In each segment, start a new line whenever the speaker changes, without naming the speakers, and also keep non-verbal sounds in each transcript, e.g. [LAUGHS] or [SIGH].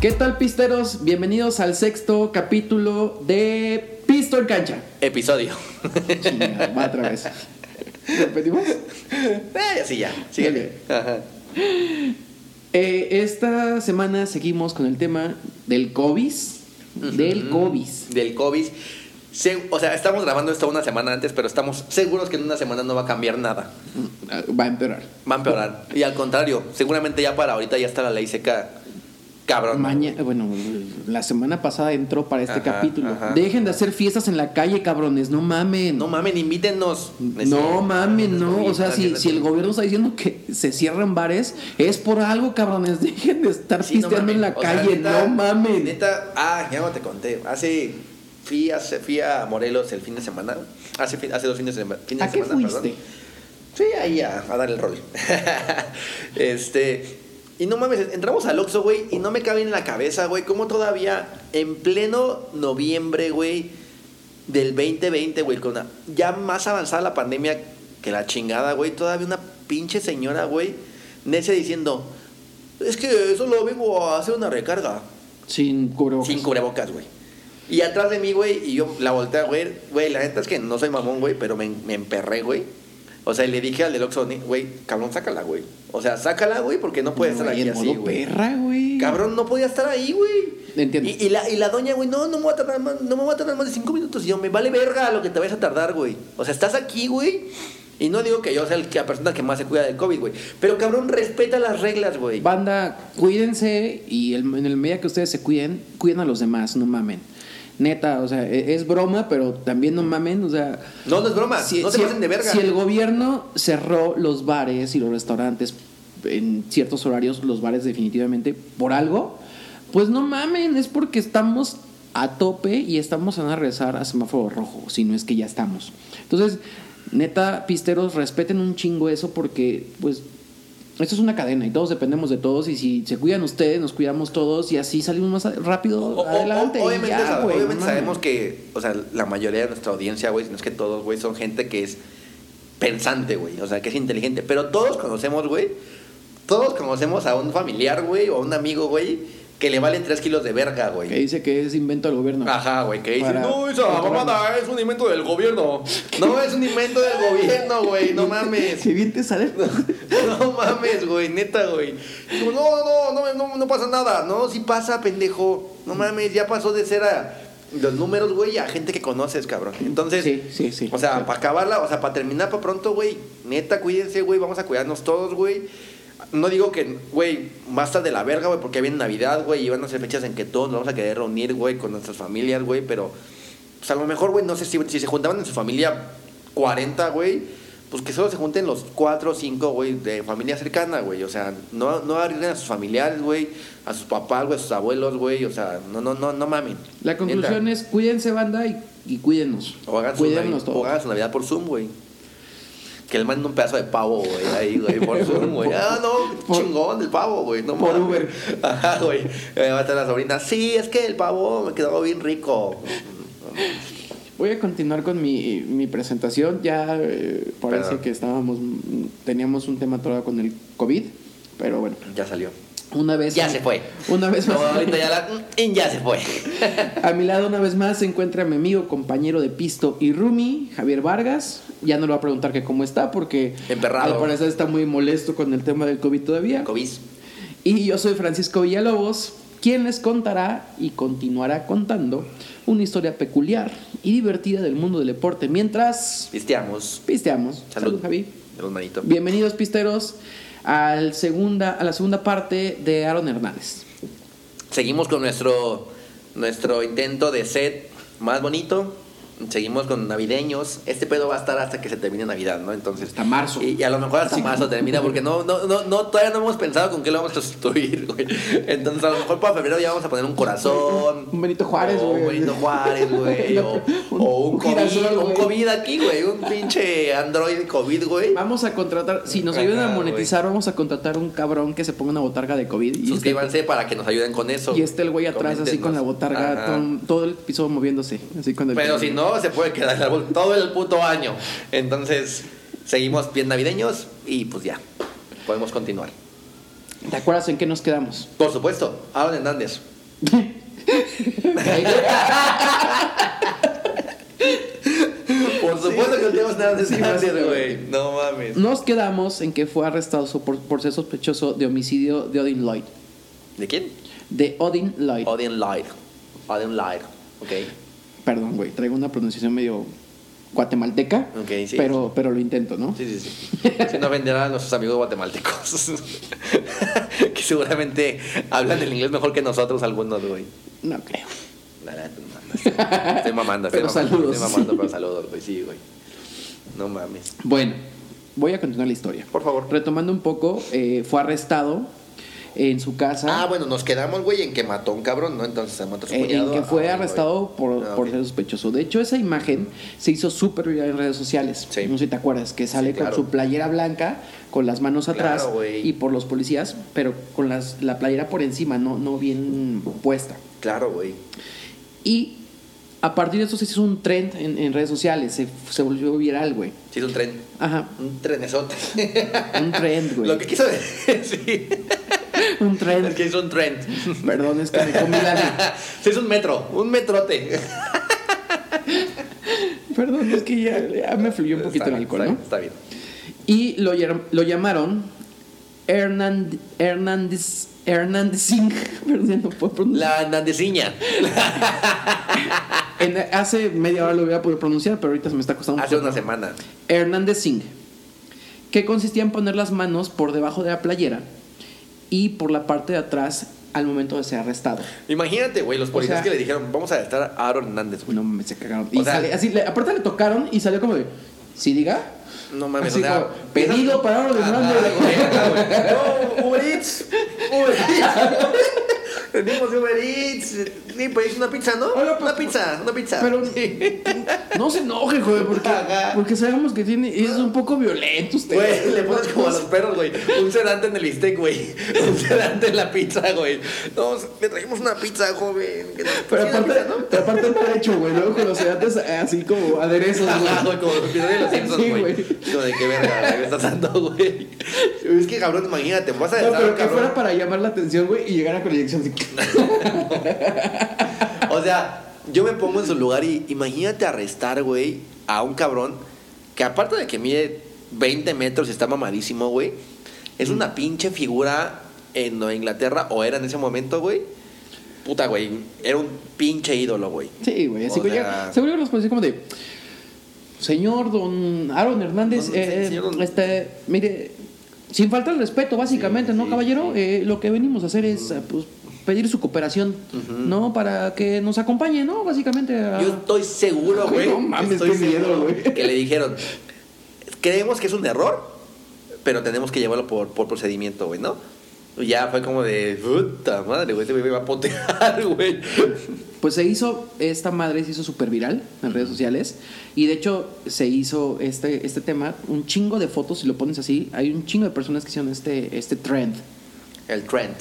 ¿Qué tal, pisteros? Bienvenidos al sexto capítulo de Pisto en Cancha.
Episodio.
Chingada, va otra vez. ¿Repetimos?
Eh, sí, ya. Síguele. Ajá.
Eh, esta semana seguimos con el tema del COVID. Del COVID.
Del COVID. Se- o sea, estamos grabando esto una semana antes, pero estamos seguros que en una semana no va a cambiar nada.
Ah, Va a empeorar.
Va a empeorar. Y al contrario, seguramente ya para ahorita ya está la ley seca. Cabrón.
Mañana, bueno, la semana pasada entró para este
Ajá,
capítulo.
ajá.
Dejen de hacer fiestas en la calle, cabrones. No mamen.
No mamen, invítennos.
No mames, no. O sea, si, si el
gobierno
gobierno está diciendo que se cierran bares, es por algo, cabrones. [LAUGHS] Dejen de estar
Sí, no
pisteando en la
mamen. O sea,
calle,
neta,
no mamen.
Neta, ah, ya no te conté. Hace. Fui a, fui a Morelos el fin de semana. Hace, fin- hace dos fines de, sema- fines
¿A
de
qué
semana. perdón.
fuiste?
Sí, ahí a, a dar el rol. [LAUGHS] este. Y no mames, entramos al Oxxo, güey, y no me cabe en la cabeza, güey, cómo todavía en pleno noviembre, güey, del 2020, güey, con la- ya más avanzada la pandemia que la chingada, güey, todavía una pinche señora, güey, necia diciendo, es que solo vengo a hacer una recarga.
Sin cubrebocas.
Sin cubrebocas, güey. Y atrás de mí, güey, y yo la volteé, güey. Güey, la neta es que no soy mamón, güey, pero me, me emperré, güey. O sea, y le dije al del Oxxo, ni- güey, cabrón, sácala, güey. O sea, sácala, güey, porque no puede estar
Güey,
aquí
en
así,
modo
güey.
perra, güey.
Cabrón, no podía estar ahí, güey.
Entiendo.
Y, y la, y la doña, güey, no, no me voy a tardar más, no me voy a tardar más de cinco minutos. Y yo, me vale verga lo que te vayas a tardar, güey. O sea, estás aquí, güey. Y no digo que yo sea el que- la persona que más se cuida del COVID, güey. Pero cabrón, respeta las reglas, güey.
Banda, cuídense y el- en el medida que ustedes se cuiden, cuiden a los demás, no mamen. Neta, o sea, e- es broma, pero también no mamen, o sea.
No, no es broma. no se pasen de verga.
si el gobierno cerró los bares y los restaurantes en ciertos horarios, los bares definitivamente, por algo, pues no mamen, es porque estamos a tope y estamos a rezar a semáforo rojo, si no es que ya estamos. Entonces, neta, pisteros, respeten un chingo eso porque, pues, esto es una cadena y todos dependemos de todos y si se cuidan ustedes, nos cuidamos todos y así salimos más a- rápido
O- o- o-
adelante. y
obviamente
ya,
sab-
güey, no
obviamente
mamen.
sabemos que, o sea, la mayoría de nuestra audiencia, güey, si no es que todos, güey, son gente que es pensante, güey, o sea, que es inteligente. Pero todos conocemos, güey, todos conocemos a un familiar, güey, o a un amigo, güey, que le vale 3 kilos de verga,
Que
güey.
dice que es invento del gobierno.
Ajá, güey, que dice,
Para-
no, esa
para-
mamada es un invento del gobierno. No, es un invento del gobierno, güey,
[LAUGHS]
no mames.
Si bien te sale.
[LAUGHS] No mames, güey, neta, güey. Como, no, no, no, no, no pasa nada. No, sí pasa, pendejo. No mames, ya pasó de ser a los números, güey, a gente que conoces, cabrón. Entonces,
Sí, sí, sí.
o sea,
Sí.
para acabarla, o sea, para terminar para pronto, güey, neta, cuídense, güey, vamos a cuidarnos todos, güey. No digo que, güey, basta de la verga, güey, porque viene Navidad, güey, y van a ser fechas en que todos nos vamos a querer reunir, güey, con nuestras familias, güey, pero, pues a lo mejor, güey, no sé si, si se juntaban en su familia 40, güey, pues que solo se junten los 4 o 5, güey, de familia cercana, güey, o sea, no, no arriesguen a sus familiares, güey, a sus papás, güey, a sus abuelos, güey, o sea, no, no, no, no mamen.
La conclusión es cuídense, banda, y, y cuídenos.
O hagan, su
Cuídenos
Navidad, o
todos.
hagan su Navidad por Zoom, güey. Que le manden un pedazo de pavo, güey, ahí, güey,
[LAUGHS]
por Zoom, güey. Ah, no,
Por-
chingón el pavo, güey. No
por
mames.
Uber.
[LAUGHS] Ajá, güey. Eh, va a estar la sobrina. Sí, es que el pavo me quedó bien rico.
Voy a continuar con mi, mi presentación. Ya eh, parece
Perdón.
que estábamos. mm, Teníamos un tema todavía con el COVID, pero bueno.
Ya salió.
Una vez.
Ya se fue.
Una vez
[LAUGHS] No,
más.
ahorita ya la...
mm,
y Ya se [LAUGHS] fue.
[LAUGHS] A mi lado, una vez más, se encuentra mi amigo, compañero de pisto y Rumi, Javier Vargas. Ya no le voy a preguntar que cómo está, porque
Emperrado.
al parecer está muy molesto con el tema del COVID todavía.
COVID.
Y yo soy Francisco Villalobos, quien les contará y continuará contando una historia peculiar y divertida del mundo del deporte mientras
Pisteamos.
pisteamos.
Salud.
Salud, Javi.
De los manitos.
Bienvenidos, pisteros, al segunda, a la segunda parte de Aaron Hernández.
Seguimos con nuestro, nuestro intento de set más bonito. Seguimos con navideños. Este pedo va a estar hasta que se termine Navidad, ¿no? Entonces.
Hasta marzo.
Y, y a lo mejor hasta
Sí.
marzo termina, porque no, no, no, no, todavía no hemos pensado con qué lo vamos a sustituir, [LAUGHS] güey. Entonces, a lo mejor para febrero ya vamos a poner un corazón.
Un Benito Juárez,
O
güey.
un Benito Juárez, güey. O,
[LAUGHS] Un-
o un,
un
COVID,
girasol,
un
güey.
COVID aquí, güey. Un pinche Android COVID, güey.
Vamos a contratar, si nos ayudan a
Ajá,
monetizar, vamos a contratar un cabrón que se ponga una botarga de COVID. Y esté,
Suscríbanse para que nos ayuden con eso.
y esté el güey atrás, así con la
Coméntenos.
botarga,
Ajá.
todo, todo el piso moviéndose. Así con el
Pero si no, se puede quedar el árbol todo el puto año. Entonces, seguimos bien navideños y pues ya, podemos continuar.
¿Te acuerdas en qué nos
[LAUGHS]
quedamos?
Por supuesto, Aaron Hernández. Por supuesto que tenemos nada de Hernández, güey. No mames.
nos quedamos en que fue arrestado so- por, por ser sospechoso de homicidio de Odin Lloyd.
¿De quién?
De Odin Lloyd.
Odin Light. Odin Light. Ok.
Perdón, güey, traigo una pronunciación medio guatemalteca,
Ok, sí.
pero, pero lo intento, ¿no?
Sí, sí, sí. Si no venderán a nuestros amigos guatemaltecos. [LAUGHS] que seguramente hablan el inglés mejor que nosotros algunos, güey.
No creo.
Nah, nah, estoy mamando, Estoy mamando, estoy
Pero
mamando,
saludos.
estoy mamando, pero saludos, güey. Sí, güey. No mames.
Bueno, voy a continuar la historia.
Por favor.
Retomando un poco, eh, fue arrestado en su casa.
Ah, bueno, nos quedamos, güey, en que mató a un cabrón, ¿no? Entonces se mató a su
eh, en
cuñado.
que fue
Ah, güey.
arrestado por,
Ah,
por
ok.
ser sospechoso. De hecho, esa imagen se hizo súper viral en redes sociales.
Sí.
No sé si te acuerdas, que sale
claro.
con su playera blanca, con las manos
Claro,
atrás
güey.
y por los policías, pero con las, la playera por encima, no, no bien puesta.
Claro, güey.
Y a partir de eso se hizo un trend en, en redes sociales, se, se volvió viral, güey.
Sí, es un tren.
Ajá,
Un trenesote.
un trend, [LAUGHS] güey.
[LAUGHS] Lo que quiso decir
Un trend.
[LAUGHS] es que es un tren.
Perdón, es que me comí la lengua.
Sí, es un metro, un metrote.
Perdón, es que ya, ya me fluyó un poquito
Está
el
bien,
alcohol,
está
¿no?
bien, Está bien.
Y lo, llam- lo llamaron Hernández Hernández Hernández [LAUGHS] Singh, perdón, ya no puedo pronunciar.
La nandeciña.
En- hace media hora lo hubiera podido pronunciar, pero ahorita se me está costando. un
Hace
poco.
una semana.
Hernández Singh, que consistía en poner las manos por debajo de la playera y por la parte de atrás al momento de ser arrestado.
Imagínate, güey, los policías
sea-
que le dijeron, vamos a arrestar a Aaron Hernández, güey.
No me se cagaron.
O
Y
sea-
sale así, le- aparte le tocaron y salió como de, ¿sí diga?
No mames,
Así como, pedido para Aaron
Ajá,
Hernández.
güey, ajá, güey. No, Uber Eats. Uber Eats. [LAUGHS] Venimos de Uber Eats. Sí, pues una pizza, ¿no?
Hola, pues,
una pizza, una pizza.
Pero
[LAUGHS] Sí.
no se enoje, joder, porque,
Ajá.
porque sabemos que tiene, es un poco violento usted.
Güey, le pones como a los perros, güey. Un sedante en el bistec, güey. [LAUGHS] Un sedante en la pizza, güey. No, le trajimos una pizza, joven. Que no- pues,
Pero
sí, una
aparte,
pizza, ¿no?
pero aparte el derecho, güey, luego con los sedantes eh, así como aderezos, güey.
Ajá, güey, como los episodios de los
Sí,
Simpsons, güey.
güey.
Hijo de qué verga, güey, me estás dando, güey. Es que cabrón, imagínate, vas a
No,
dejar,
pero que
cabrón.
fuera para llamar la atención, güey, y llegara con la inyección así. [LAUGHS]
[LAUGHS] O sea, yo me pongo en su lugar y imagínate arrestar, güey, a un cabrón que aparte de que mide 20 metros y está mamadísimo, güey, es una pinche figura en Nueva Inglaterra, o era en ese momento, güey. Puta, güey, era un pinche ídolo, güey.
Sí, güey, así
O
que
sea-
ya- seguro que los policías como de, señor don Aaron Hernández,
Don-
eh,
señor don-
este, mire, sin falta el respeto, básicamente,
Sí,
¿no,
sí,
caballero? Eh, lo que venimos a hacer es, eh, pues, pedir su cooperación, ¿no? Para que nos acompañe, ¿no? Básicamente a...
Yo estoy seguro, güey.
No mames,
estoy
qué miedo,
seguro
güey.
Que le dijeron, creemos que es un error, pero tenemos que llevarlo por, por procedimiento, güey, ¿no? Y Ya fue como de, puta madre, güey, este güey me va a potear, [LAUGHS] güey.
Pues se hizo, esta madre se hizo súper viral en redes sociales. Y de hecho, se hizo este, este tema, un chingo de fotos, si lo pones así, hay un chingo de personas que hicieron este, este trend.
El Trent.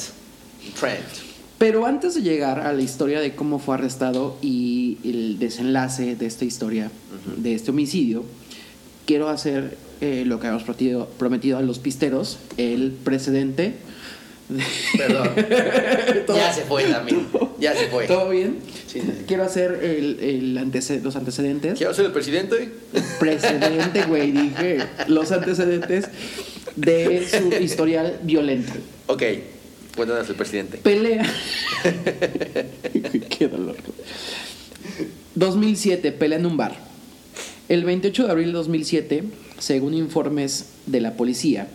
Trent.
Pero antes de llegar a la historia de cómo fue arrestado y el desenlace de esta historia, de este homicidio, quiero hacer eh, lo que habíamos prometido, prometido a los pisteros, el precedente.
Perdón. [LAUGHS] ya se fue también. Ya se fue.
¿Todo bien?
Sí, sí, sí.
Quiero hacer el, el antece- los antecedentes.
Quiero ser el presidente.
precedente, güey, dije, los antecedentes de su historial violento.
Ok. Bueno, no es el presidente.
Pelea. [LAUGHS] Qué dolor. 2007, pelea en un bar. El 28 de abril de 2007, según informes de la policía,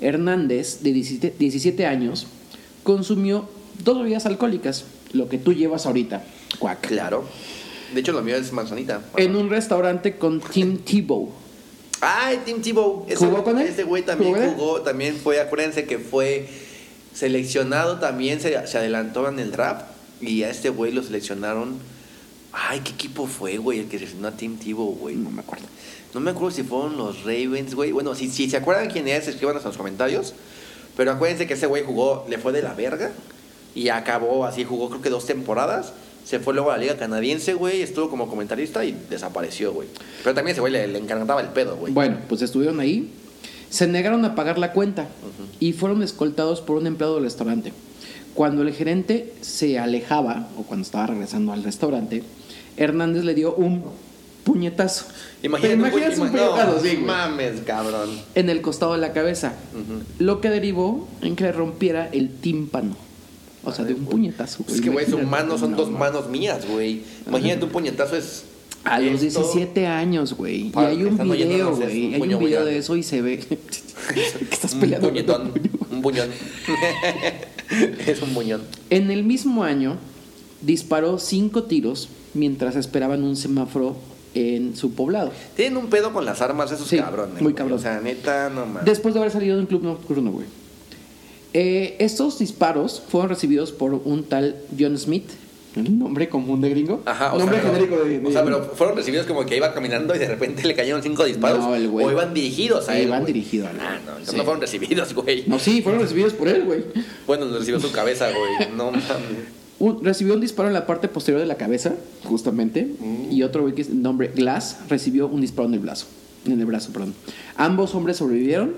Hernández, de 17, 17 años, consumió dos bebidas alcohólicas, lo que tú llevas ahorita, cuac,
Claro. De hecho, lo mío es manzanita.
en un restaurante con Tim Tebow.
Ay, Tim Tebow. Ese
¿Jugó
güey-
con él?
Ese güey también
¿Jugó
¿Jugó,
él?
también fue, acuérdense que fue seleccionado también, se, se adelantó en el draft y a este güey lo seleccionaron. Ay, ¿qué equipo fue, güey? El que seleccionó a Tim Tebow, güey.
No me acuerdo.
No me acuerdo si fueron los Ravens, güey. Bueno, si, si se acuerdan quién es, escríbanos en los comentarios. Pero acuérdense que ese güey jugó, le fue de la verga. Y acabó así, jugó creo que dos temporadas. Se fue luego a la Liga Canadiense, güey. Estuvo como comentarista y desapareció, güey. Pero también ese güey le, le encantaba el pedo, güey.
Bueno, pues estuvieron ahí. Se negaron a pagar la cuenta y fueron escoltados por un empleado del restaurante. Cuando el gerente se alejaba, o cuando estaba regresando al restaurante, Hernández le dio un puñetazo.
Imagínate,
¿Te
güey,
imaginas un
ima- no,
puñetazo, sí,
no
güey?
mames, cabrón.
En el costado de la cabeza. Lo que derivó en que le rompiera el tímpano. O sea, de un puñetazo.
Es que, güey, sus
Pues Imagínate,
manos son
no,
dos
no.
manos mías, güey. Imagínate un puñetazo es.
A los
esto.
17 años, güey. Y
Para
hay
que
un
están oyendo,
video,
no sé, es un
güey. Hay
puño
un
muy
video de
grande.
eso y se ve [LAUGHS] que estás
Un
peleando. con
puñetón.
un puño.
Un puñón. es un puñón. [LAUGHS]
En el mismo año, disparó cinco tiros mientras esperaban un semáforo en su poblado.
Tienen un pedo con las armas esos
Sí,
cabrones.
muy
güey.
cabrón.
O sea, neta, no mames.
Después de haber salido de un club nocturno, güey. Eh, estos disparos fueron recibidos por un tal John Smith, un nombre común de gringo.
Ajá, o
nombre
sea, pero-
genérico de, de-
O sea, pero fueron recibidos como que iba caminando y de repente le cayeron cinco disparos.
No, el güey.
O iban dirigidos a
Sí,
él.
iban
güey.
dirigidos a él.
Ah, no, entonces
Sí.
no fueron recibidos, güey.
No, sí, fueron recibidos por él, güey.
Bueno, le recibió su cabeza, güey. No mames.
Un- recibió un disparo en la parte posterior de la cabeza, justamente, y otro güey que es nombre Glass recibió un disparo en el brazo, en el brazo, perdón. Ambos hombres sobrevivieron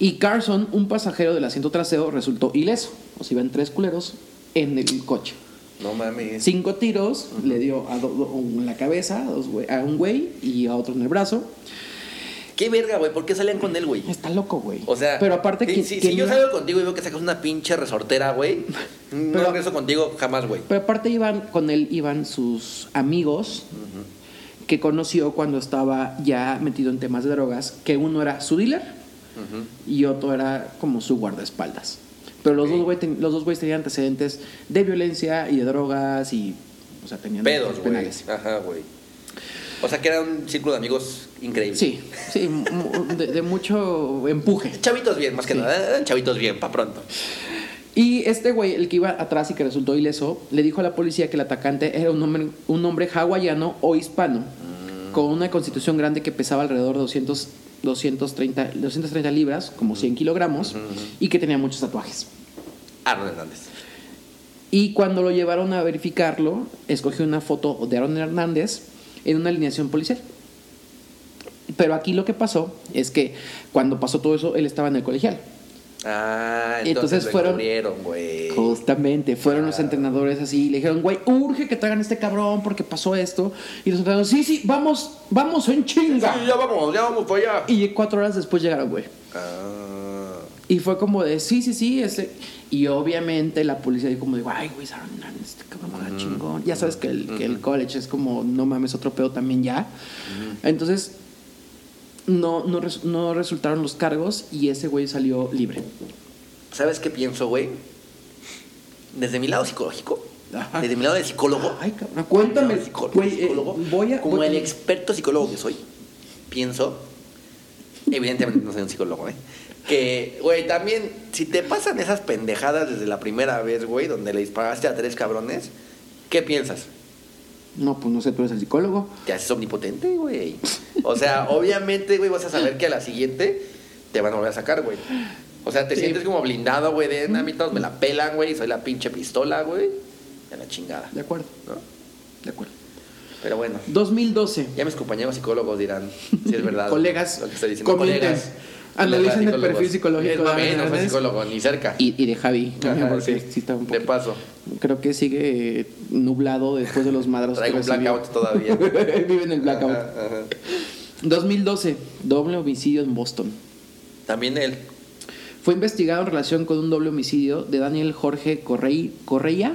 y Carson, un pasajero del asiento trasero, resultó ileso. O sea, iban tres culeros en el coche.
No mames.
Cinco tiros le dio a do- do- uno en la cabeza, a, dos güey- a un güey y a otro en el brazo.
Qué verga, güey. ¿Por qué salían con él, güey?
Está loco, güey.
O sea,
Este, pero aparte
si,
¿quién-
si,
quién
si yo
iba?
salgo contigo y veo que sacas una pinche resortera,
[LAUGHS]
güey, no
Pero-
regreso contigo jamás, güey.
Pero aparte iban con él iban sus amigos que conoció cuando estaba ya metido en temas de drogas, que uno era su dealer y otro era como su guardaespaldas. Pero los
Ok.
dos güey ten- los dos güeyes tenían antecedentes de violencia y de drogas y o sea, tenían
Pedos, güey.
penales.
Ajá, güey. O sea, que era un círculo de amigos increíble.
Sí, sí, mu- de, de mucho empuje.
Chavitos bien, más que
Sí.
nada. Eran Chavitos bien, pa' pronto.
Y este güey, el que iba atrás y que resultó ileso, le dijo a la policía que el atacante era un hombre, un hombre hawaiano o hispano, con una constitución grande que pesaba alrededor de 200, 230, 230 libras, como 100 kilogramos, y que tenía muchos tatuajes.
Aaron Hernández.
Y cuando lo llevaron a verificarlo, escogió una foto de Aaron Hernández en una alineación policial. Pero aquí lo que pasó es que cuando pasó todo eso, él estaba en el colegial.
Ah,
Entonces
entonces, lo
fueron-
descubrieron, güey.
Justamente, fueron los entrenadores así y le dijeron, güey, urge que traigan a este cabrón porque pasó esto. Y los entrenadores, sí, sí, vamos, vamos en
Sí,
chinga.
ya vamos, ya vamos para allá.
Y cuatro horas después llegaron, güey.
Ah,
Y fue como de, sí, sí, sí, ese. Y obviamente la policía dijo como de, ay, güey, Aaron Hernández, este cabrón era chingón. Ya sabes que el, que el college es como, no mames, otro pedo también ya. Entonces, no, no, res- no resultaron los cargos y ese güey salió libre.
¿Sabes qué pienso, güey? Desde mi lado psicológico,
Ajá.
desde mi lado de psicólogo,
Ay, cabrón, cuéntame,
Como psicólogo,
güey, eh,
psicólogo,
voy a...
como
voy-
el experto psicólogo que soy, pienso, evidentemente no soy un psicólogo, ¿eh? Que, güey, también, si te pasan esas pendejadas desde la primera vez, güey, donde le disparaste a tres cabrones, ¿qué piensas?
No, pues no sé, tú eres el psicólogo.
Te haces omnipotente, güey.
[LAUGHS]
O sea, obviamente, güey, vas a saber que a la siguiente te van a volver a sacar, güey. O sea, te
Sí.
sientes como blindado, güey, de "Nah, a mí todos me la pelan, güey, soy la pinche pistola, güey. A la chingada,
De acuerdo,
¿no?
de acuerdo.
Pero bueno.
2012.
Ya mis compañeros psicólogos dirán si es
[LAUGHS]
verdad.
Colegas,
lo que estoy diciendo.
comenten,
Colegas.
analicen el
Colegas
perfil psicológico
Es mame,
de
no soy
Hernández.
psicólogo, ni cerca.
Y, y de Javi, también,
Ajá,
porque
sí.
sí está un
De
poco-
paso,
Creo que sigue nublado después
[LAUGHS]
de los madros. que
traigo un
recibió.
blackout todavía.
Vive en el [LAUGHS] blackout.
Ajá, ajá.
2012, doble homicidio en Boston.
También él.
Fue investigado en relación con un doble homicidio de Daniel Jorge Correy- Correia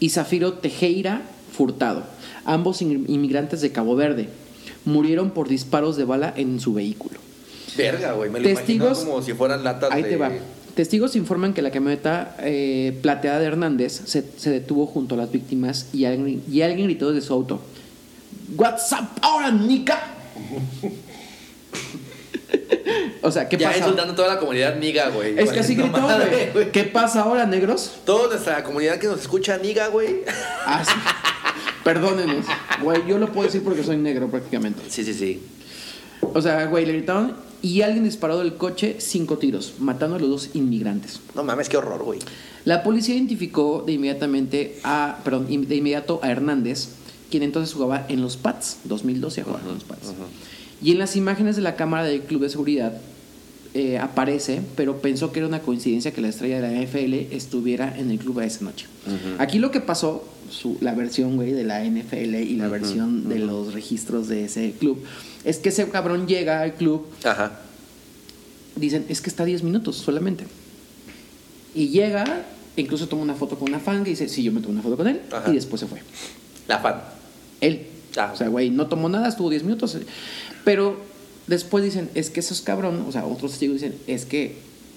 y Zafiro Tejeira Furtado, ambos in- inmigrantes de Cabo Verde. Murieron por disparos de bala en su vehículo.
Verga, güey. Me lo
Testigos-
imagino como si fueran latas
Ahí
de...
te va. Testigos informan que la camioneta eh, plateada de Hernández se, se detuvo junto a las víctimas y alguien, y alguien gritó desde su auto: "What's up ahora, Nica? [LAUGHS] o sea, ¿qué
ya
pasa?
insultando a toda la comunidad niga, güey.
Es que así
Valiendo
gritó,
madre,
güey.
güey.
¿Qué pasa ahora, negros?
Toda nuestra comunidad que nos escucha niga, güey.
Así. [LAUGHS] Perdónenos. Güey, yo lo puedo decir porque soy negro prácticamente.
Sí, sí, sí.
O sea, güey, le gritaron y alguien disparó del coche cinco tiros, matando a los dos inmigrantes.
No mames, qué horror, güey.
La policía identificó de inmediatamente a, perdón, in- de inmediato a Hernández, quien entonces jugaba en los Pats, 2012 jugaba en los Pats. Y en las imágenes de la cámara del club de seguridad eh, aparece, pero pensó que era una coincidencia que la estrella de la NFL estuviera en el club a esa noche. Aquí lo que pasó, su- la versión, güey, de la NFL y la versión de los registros de ese club, es que ese cabrón llega al club
Ajá.
dicen, es que está 10 minutos solamente. Y llega, incluso toma una foto con una fan que dice, sí, yo me tomé una foto con él.
Ajá.
Y después se fue.
La fan.
Él.
Ah.
O sea, güey, no tomó nada, estuvo 10 minutos. Pero después dicen, es que esos cabrón, o sea, otros testigos dicen, es que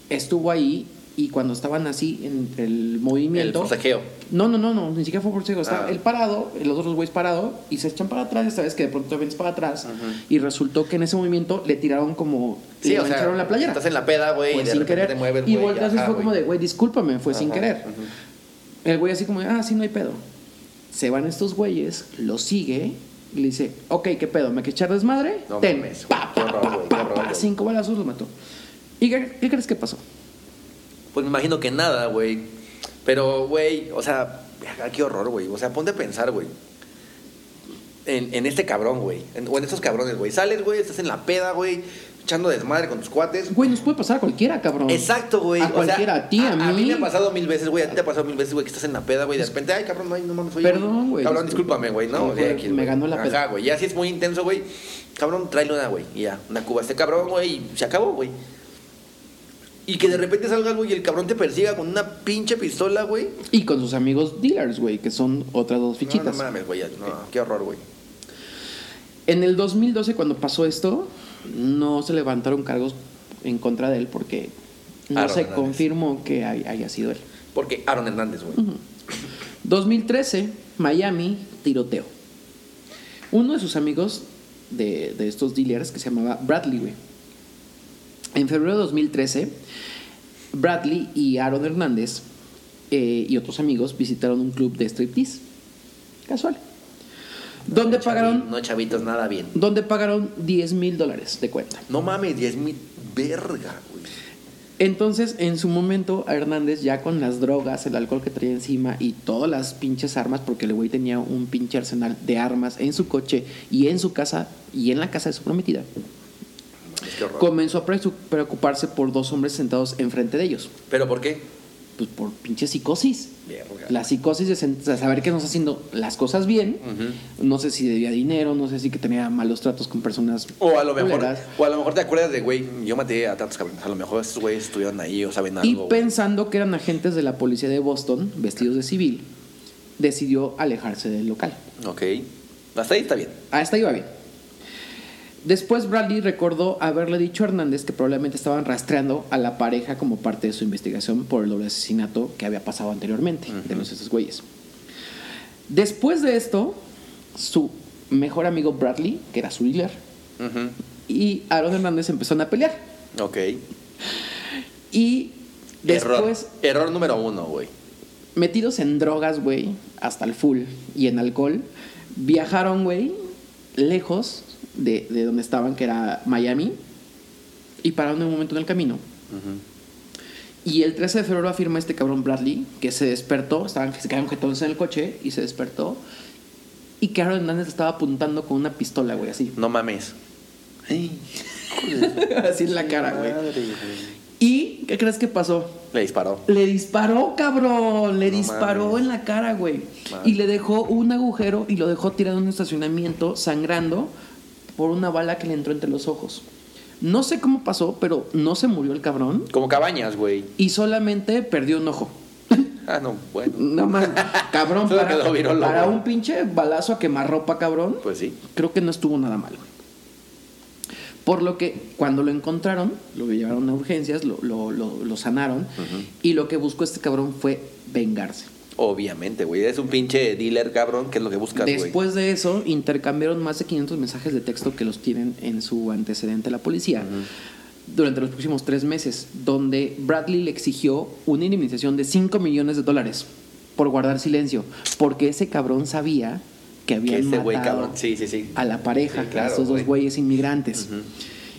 estuvo ahí y cuando estaban así en el
El
movimiento...
forcejeo.
No, no, no, no, ni siquiera fue por ciego. Está
Ah.
él parado, los otros güeyes parado y se echan para atrás. Esta vez que de pronto te vienes para atrás y resultó que en ese movimiento le tiraron como.
Sí,
le
o sea,
mancharon la playera.
estás en la peda, güey,
Fue
y de
sin
repente
querer.
te mueves,
y
güey,
volteas y
ajá,
fue como
güey.
de, güey, discúlpame, fue sin
Ajá,
querer. El güey así como, ah, sí, no hay pedo. Se van estos güeyes, lo sigue y le dice, ok, ¿qué pedo? ¿Me que echar desmadre?
No
Ten.
mames,
Pa,
qué
pa,
horror,
pa,
güey, qué
pa,
horror,
pa,
güey.
cinco balazos los mató. ¿Y qué, qué crees que pasó?
Pues me imagino que nada, güey. Pero, güey, o sea, verga, qué horror, güey. O sea, ponte a pensar, güey. En, en este cabrón, güey. En- O en estos cabrones, güey. Sales, güey, estás en la peda, güey. Echando desmadre con tus cuates.
Güey, nos puede pasar a cualquiera, cabrón.
Exacto, güey.
A
O sea,
cualquiera, a ti, a, mí.
A mí me ha pasado mil veces, güey. A ti te ha pasado mil veces, güey, que estás en la peda, güey. De repente, ay, cabrón, ay, no mames, oye.
Perdón, güey,
Cabrón,
disculpa.
discúlpame, güey, no.
Sí,
o sea,
güey,
X,
me
güey.
ganó la peda.
Ajá, güey. Ya si es muy intenso, güey. Cabrón, tráele una, güey. Y ya, una cuba a este cabrón, güey. Y se acabó, güey. Y que de repente salga algo y el cabrón te persiga con una pinche pistola, güey.
Y con sus amigos dealers, güey, que son otras dos
No, no
fichitas.
mames, güey. ya, No, qué horror, güey.
en el 2012, cuando pasó esto, no se levantaron cargos en contra de él porque Ah, no
Aaron
se
Hernández.
confirmó que hay- haya sido él.
Porque Aaron Hernández, güey.
2013, Miami, tiroteo. Uno de sus amigos de, de estos dealers, que se llamaba Bradley, güey. En febrero de 2013, Bradley y Aaron Hernández eh, y otros amigos visitaron un club de striptease. Casual. Donde
Chavi-
pagaron
No, chavitos, nada bien.
donde pagaron 10 mil dólares de cuenta.
No mames, 10 mil. Verga, güey.
Entonces, en su momento, a Hernández, ya con las drogas, el alcohol que traía encima y todas las pinches armas, porque el güey tenía un pinche arsenal de armas en su coche y en su casa y en la casa de su prometida,
Mames, Qué horror.
comenzó a presu- preocuparse por dos hombres sentados enfrente de ellos.
¿Pero por qué?
Pues por pinche psicosis.
Verga.
La psicosis de sen- de saber que no está haciendo las cosas bien. No sé si debía dinero, no sé si que tenía malos tratos con personas.
O a lo mejor,
culeras.
o a lo mejor te acuerdas de, güey, yo maté a tantos cabrones. A lo mejor esos güeyes estuvieron ahí o saben
Y
algo. güey.
pensando que eran agentes de la policía de Boston, vestidos de civil, decidió alejarse del local.
Ok. Hasta ahí está bien.
Hasta Ah, iba bien. Después Bradley recordó haberle dicho a Hernández que probablemente estaban rastreando a la pareja como parte de su investigación por el doble asesinato que había pasado anteriormente de los esos güeyes. Después de esto, su mejor amigo Bradley, que era su dealer, y Aaron Hernández empezaron a pelear.
Ok.
Y después...
Error, error número uno, güey.
metidos en drogas, güey, hasta el full y en alcohol, viajaron, güey, lejos de, de donde estaban, que era Miami, y pararon en un momento en el camino. Y el 13 de febrero afirma este cabrón Bradley que se despertó, estaban, se quedaron jetones en el coche y se despertó. Y que Aaron Hernández le estaba apuntando con una pistola, güey, así. [LAUGHS]
No mames.
así en la cara, güey. ¿Y qué crees que pasó?
Le disparó.
Le disparó, cabrón. Le
No
disparó
mames.
en la cara, güey.
Mames.
Y le dejó un agujero y lo dejó tirado en un estacionamiento, sangrando por una bala que le entró entre los ojos. No sé cómo pasó, pero no se murió el cabrón
Como cabañas, güey.
y solamente perdió un ojo.
Ah, no, bueno.
No
[LAUGHS]
mames, cabrón,
Solo
para,
quedó virólogo.
para un pinche balazo a quemarropa, cabrón
Pues sí.
creo que no estuvo nada mal, güey. Por lo que cuando lo encontraron, lo llevaron a urgencias, lo, lo- lo- lo sanaron, y lo que buscó este cabrón fue vengarse.
Obviamente, güey. Es un pinche dealer, cabrón, que es lo que buscas, güey.
Después de eso, intercambiaron más de 500 mensajes de texto que los tienen en su antecedente la policía durante los próximos tres meses, donde Bradley le exigió una indemnización de 5 millones de dólares por guardar silencio, porque ese cabrón sabía que
Que
habían
ese güey,
matado
[LAUGHS] cabrón. Sí, sí, sí.
a la pareja,
Sí, claro,
a esos dos
güey.
güeyes inmigrantes.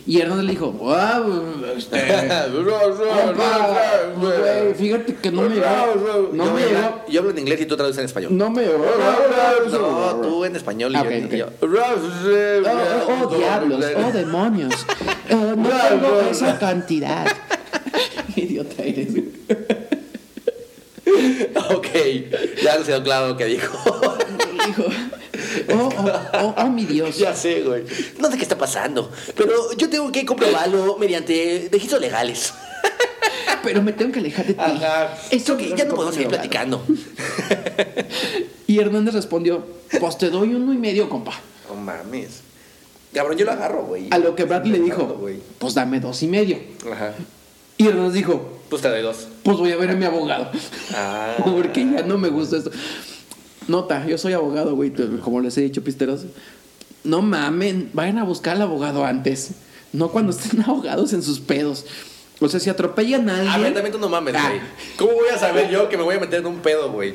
Y Hernández le dijo, "Ah, [LAUGHS] este, compa, güey, fíjate que no me llegó. No
yo,
me
hablo-
llegó.
yo hablo en inglés y tú traduces en español.
No me llegó.
No, tú en español y
Ah,
yo en
ok, ok.
yo-
Oh, oh, oh, diablos, oh demonios. Eh, no tengo esa cantidad. [LAUGHS] Qué idiota eres. güey.
[LAUGHS] Ok, ya nos quedó claro lo que dijo. [LAUGHS]
Hijo. Oh, oh, oh, oh, mi Dios.
ya sé, güey. No sé qué está pasando, pero yo tengo que comprobarlo mediante registros
[LAUGHS]
legales.
Pero me tengo que alejar de ti.
Ajá.
Esto
Creo que ya no podemos seguir platicando.
Y Hernández respondió, pues te doy uno y medio, compa.
[LAUGHS] No mames. Cabrón, yo lo agarro, güey.
A lo que Bradley le
Claro,
dijo,
güey.
pues dame dos y medio.
Ajá.
Y Hernández dijo,
Pues te doy dos.
pues voy a ver a mi abogado.
Ah.
[LAUGHS] Porque ya no me gusta esto. Nota, yo soy abogado, güey. te- Como les he dicho, pisteros. No mamen, vayan a buscar al abogado antes. No cuando estén [LAUGHS] ahogados en sus pedos. O sea, si atropellan a alguien.
A ver, también tú no mames,
Ah.
güey. ¿Cómo voy a saber yo que me voy a meter en un pedo, güey?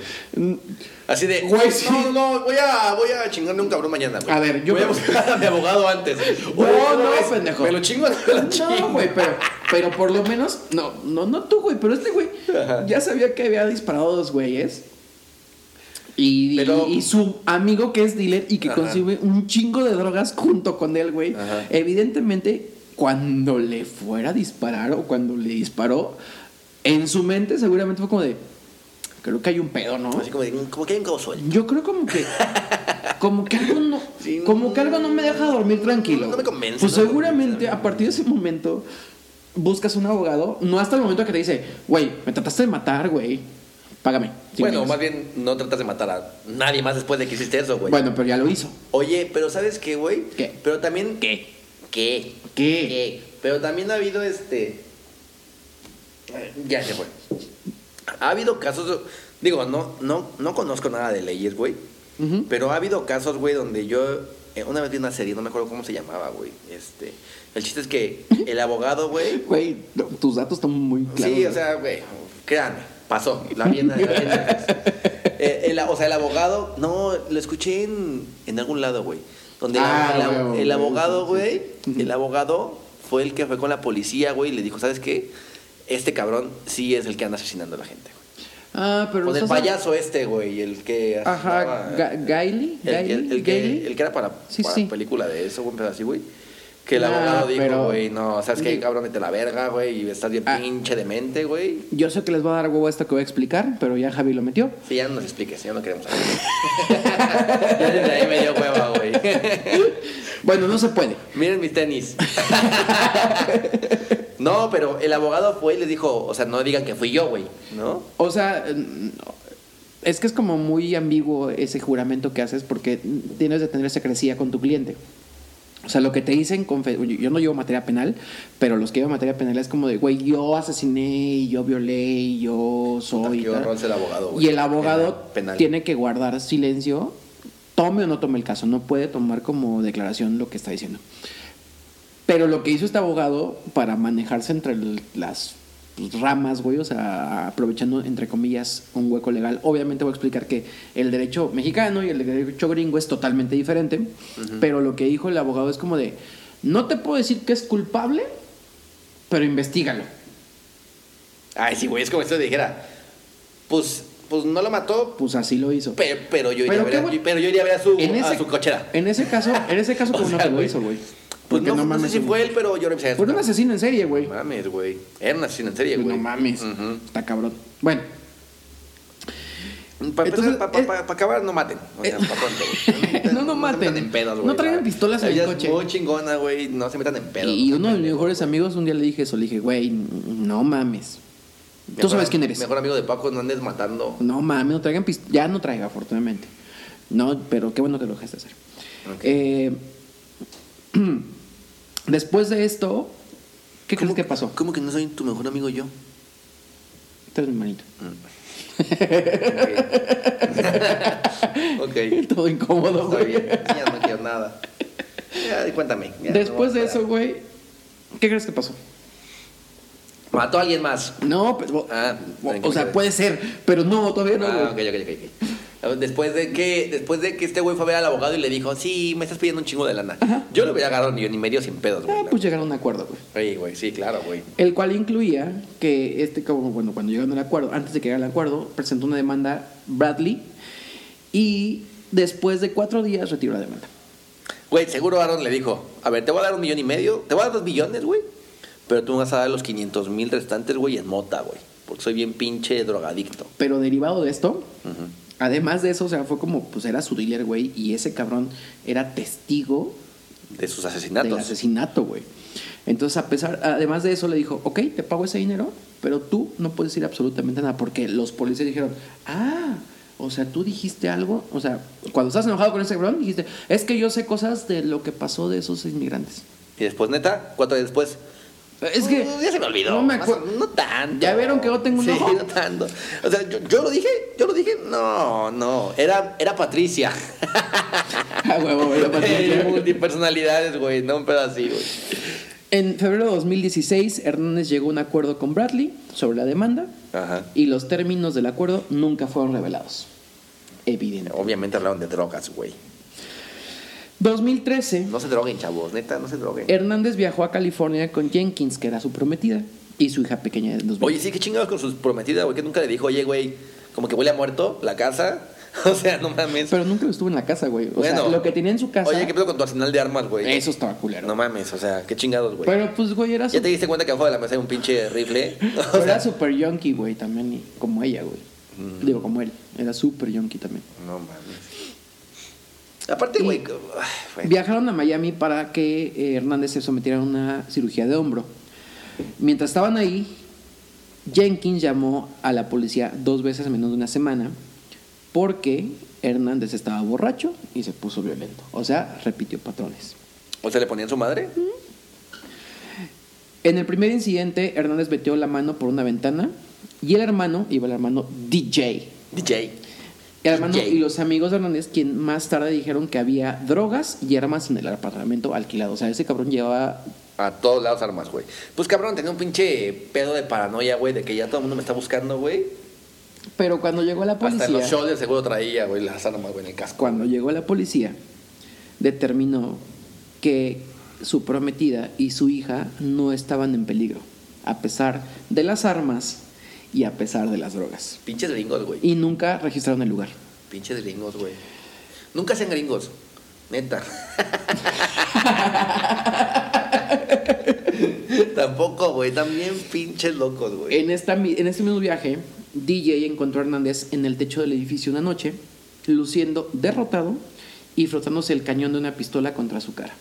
Así de,
Mm. Güey, sí.
no, no, voy a, voy a chingarme un cabrón mañana, güey.
A ver, yo-
voy a buscar a mi
[LAUGHS]
abogado antes.
Güey,
Oh,
no,
es-
pendejo.
Me lo chingo, [LAUGHS] me lo chingo.
No, güey, pero, pero por lo menos. No, no, no tú, güey. Pero este güey
Ajá.
ya sabía que había disparado dos güeyes. Y,
Pero-
y su amigo que es dealer y que
Ajá.
consigue un chingo de drogas junto con él, güey.
Ajá.
Evidentemente, cuando le fuera a disparar o cuando le disparó, en su mente seguramente fue como de. Creo que hay un pedo, ¿no?
Así como, de, "Mm, como que hay un cabo suelto.
Yo creo como que. Como que algo no.
[LAUGHS] Sí,
como que algo no me deja dormir tranquilo.
No me convence,
Pues
no me
seguramente
convence.
a partir de ese momento. Buscas un abogado. No hasta el momento que te dice, güey, me trataste de matar, güey. Págame. Sí,
bueno,
amigos.
más bien no tratas de matar a nadie más después de que hiciste eso, güey.
Bueno, pero ya lo hizo.
Oye, pero ¿sabes qué, güey?
¿Qué?
Pero también... ¿Qué? ¿Qué?
¿Qué?
¿Qué? Pero también ha habido este... Ay, Ya se fue. Ha habido casos... Digo, no, no, no conozco nada de leyes, güey.
Ujú.
Pero ha habido casos, güey, donde yo... eh, Una vez vi una serie, no me acuerdo cómo se llamaba, güey. Este, el chiste es que el abogado, güey...
Güey, no, tus datos están muy claros.
Sí, o
güey.
sea, güey, créanme, pasó. La viena, la vi en Netflix.
[LAUGHS]
Eh, el- o sea, el abogado, no, lo escuché en, en algún lado, güey. Donde el-
Ah,
el,
huevo,
el
güey,
abogado,
sí,
güey,
sí. Ujú.
el abogado fue el que fue con la policía, güey, y le dijo, ¿sabes qué? Este cabrón sí es el que anda asesinando a la gente, güey.
Ah, pero.
Con el
o sea,
payaso este, güey, el que...
Ajá,
asesinaba-
Ga- Gailey.
el, que- el
Gailey.
que,
Gailey.
el que era para,
Sí,
para
sí.
película de eso, güey, empezó así, güey. Que el
Ah,
abogado
pero-
dijo, güey, no, ¿sabes qué? Cabrón, vete a la verga, güey, y estás bien
Ah.
pinche demente, güey.
Yo sé que les va a dar huevo esto que voy a explicar, pero ya Javi lo metió.
Sí, ya no nos expliques, ya no queremos saber. [LAUGHS] ya desde ahí me dio hueva, güey.
Bueno, no se puede.
Miren mis tenis. [LAUGHS] no, pero el abogado fue y les dijo, o sea, no digan que fui yo, güey, ¿no?
O sea, mm, es que es como muy ambiguo ese juramento que haces porque tienes de tener secrecía con tu cliente. O sea, lo que te dicen, confe- yo- yo no llevo materia penal, pero los que llevan materia penal es como de, güey, yo asesiné y yo violé y yo soy. y
Qué
tal.
horror ser abogado, güey.
Y el abogado
Penal, penal.
tiene que guardar silencio, tome o no tome el caso, no puede tomar como declaración lo que está diciendo. Pero lo que hizo este abogado para manejarse entre el- las pues, ramas, güey, o sea, aprovechando entre comillas un hueco legal, obviamente voy a explicar que el derecho mexicano y el derecho gringo es totalmente diferente, pero lo que dijo el abogado es como de, no te puedo decir que es culpable, pero investigalo.
Ay, sí, güey, es como si te dijera, pues, pues no lo mató,
Pues así lo hizo.
pero, pero, yo, iría
Pero
a ver,
qué
a-
bueno.
pero yo iría a ver a su,
en
a
ese,
su cochera.
En ese caso, en ese caso
[LAUGHS] O
como
sea,
una que lo
güey.
hizo, güey.
Pues
Porque
no, no sé
mames,
si
güey.
fue él, pero yo revisé.
Fue un asesino en serie, güey.
Mames, güey. Era un asesino en serie,
Pues
güey.
no mames.
Ujú.
Está cabrón. Bueno,
Para
Entonces, eh,
acabar, no maten. O sea,
eh, [LAUGHS]
pa' pronto, güey.
No, no
se metan
maten.
en pedos,
No
güey,
traigan
la-
pistolas en
la
el
vida es
coche.
muy chingona, güey. No se metan en pedos.
y
no
uno de
maten.
mis mejores amigos un día le dije eso, le dije, güey, no mames.
Mejor-
Tú sabes quién eres.
Mejor amigo de Paco, no andes matando.
No mames, no traigan pist- Ya no traiga, afortunadamente. No, pero qué bueno que lo dejaste hacer.
Ok.
Eh, [CLEARS THROAT] después de esto, ¿qué crees que pasó?
¿Cómo que no soy tu mejor
[LAUGHS]
amigo yo?
Tú eres mi manito.
Ok.
[LAUGHS]
Ok. [LAUGHS]
Todo incómodo,
Está
güey.
bien. Ya no quiero nada. Ya, cuéntame. ya, no
Después
voy a
de eso,
parar.
güey, ¿qué crees que pasó?
Mató a alguien más.
No, pero.
Ah,
o-
¿en qué
o
me
sea,
quedé?
puede ser, pero no, todavía no.
Ah, ok,
güey.
ok, ok. ok. Después de que después de que este güey fue a ver al abogado y le dijo, sí, me estás pidiendo un chingo de lana.
Ajá.
Yo le hubiera agarrado un millón y medio sin pedos, güey.
Ah, pues llegaron a un acuerdo, güey.
Oye, güey, sí, claro, güey.
El cual incluía que este cabrón, bueno, cuando llegaron al acuerdo, antes de que llegara al acuerdo, presentó una demanda Bradley y después de cuatro días retiró la demanda.
Güey, seguro Aaron le dijo, a ver, te voy a dar un millón y medio, te voy a dar dos millones, güey. Pero tú me vas a dar los 500 mil restantes, güey, en mota, güey. Porque soy bien pinche drogadicto.
Pero derivado de esto,
Ujú.
además de eso, o sea, fue como, pues era su dealer, güey, y ese cabrón era testigo
De sus asesinatos.
del asesinato, güey. Entonces, a pesar, además de eso, le dijo, ok, te pago ese dinero, pero tú no puedes decir absolutamente nada, porque los policías dijeron, ah, o sea, tú dijiste algo, o sea, cuando estás enojado con ese cabrón, dijiste, es que yo sé cosas de lo que pasó de esos inmigrantes.
Y después, neta, cuatro días después.
Es que... [LAUGHS]
Uh, ya se me olvidó.
No me
Más-
acuerdo.
No tanto.
¿Ya vieron que no tengo un
sí,
ojo?
no tanto. O sea, yo, yo lo dije, yo lo dije. No, no. Era, era Patricia.
Ah, huevo,
[LAUGHS]
güey, lo
Era
pasé.
multipersonalidades, güey. No un pedo así, güey.
En febrero de 2016, Hernández llegó a un acuerdo con Bradley sobre la demanda
Ajá.
y los términos del acuerdo nunca fueron revelados. Evidente.
Obviamente hablaron de drogas, güey.
2013,
No se droguen, chavos. Neta, no se droguen.
Hernández viajó a California con Jenkins, que era su prometida, y su hija pequeña de dos
Oye, sí, qué chingados con sus prometidas, güey. Que nunca le dijo, oye, güey, como que huele a muerto la casa. [LAUGHS] O sea, no mames.
Pero nunca estuvo en la casa, güey. O sea,
Bueno.
lo que tenía en su casa,
Oye, ¿qué pedo con tu arsenal de armas, güey?
eso estaba culero.
No mames, o sea, qué chingados, güey.
Pero pues, güey, era
¿Ya
su-
te diste cuenta que abajo de la mesa hay un pinche rifle? [LAUGHS] O sea,
era súper yonky, güey, también, y como ella, güey. Digo, como él. Era súper yonky también.
No mames. Aparte, güey. que- ay, güey.
Viajaron a Miami para que eh, Hernández se sometiera a una cirugía de hombro. Mientras estaban ahí, Jenkins llamó a la policía dos veces en menos de una semana porque Hernández estaba borracho y se puso violento. O sea, repitió patrones.
¿O se le ponían su madre?
En el primer incidente, Hernández metió la mano por una ventana y el hermano, iba el hermano DJ.
DJ.
El hermano
DJ.
y los amigos de Hernández, quien más tarde dijeron que había drogas y armas en el apartamento alquilado. O sea, ese cabrón llevaba
A todos lados armas, güey. Pues cabrón, tenía un pinche pedo de paranoia, güey, de que ya todo el mundo me está buscando, güey.
Pero cuando llegó la
Hasta en los
policía,
shows de seguro traía, güey, las armas, güey, en el casco.
cuando llegó la policía, determinó que su prometida y su hija no estaban en peligro, a pesar de las armas y a pesar de las drogas.
Pinches gringos, güey.
Y nunca registraron el lugar.
Pinches gringos, güey. Nunca sean gringos.
[LAUGHS]
Neta. [LAUGHS] Tampoco, güey. También pinches locos, güey.
En, esta, mi- en este mismo viaje, DJ encontró a Hernández en el techo del edificio una noche, luciendo derrotado y frotándose el cañón de una pistola contra su cara.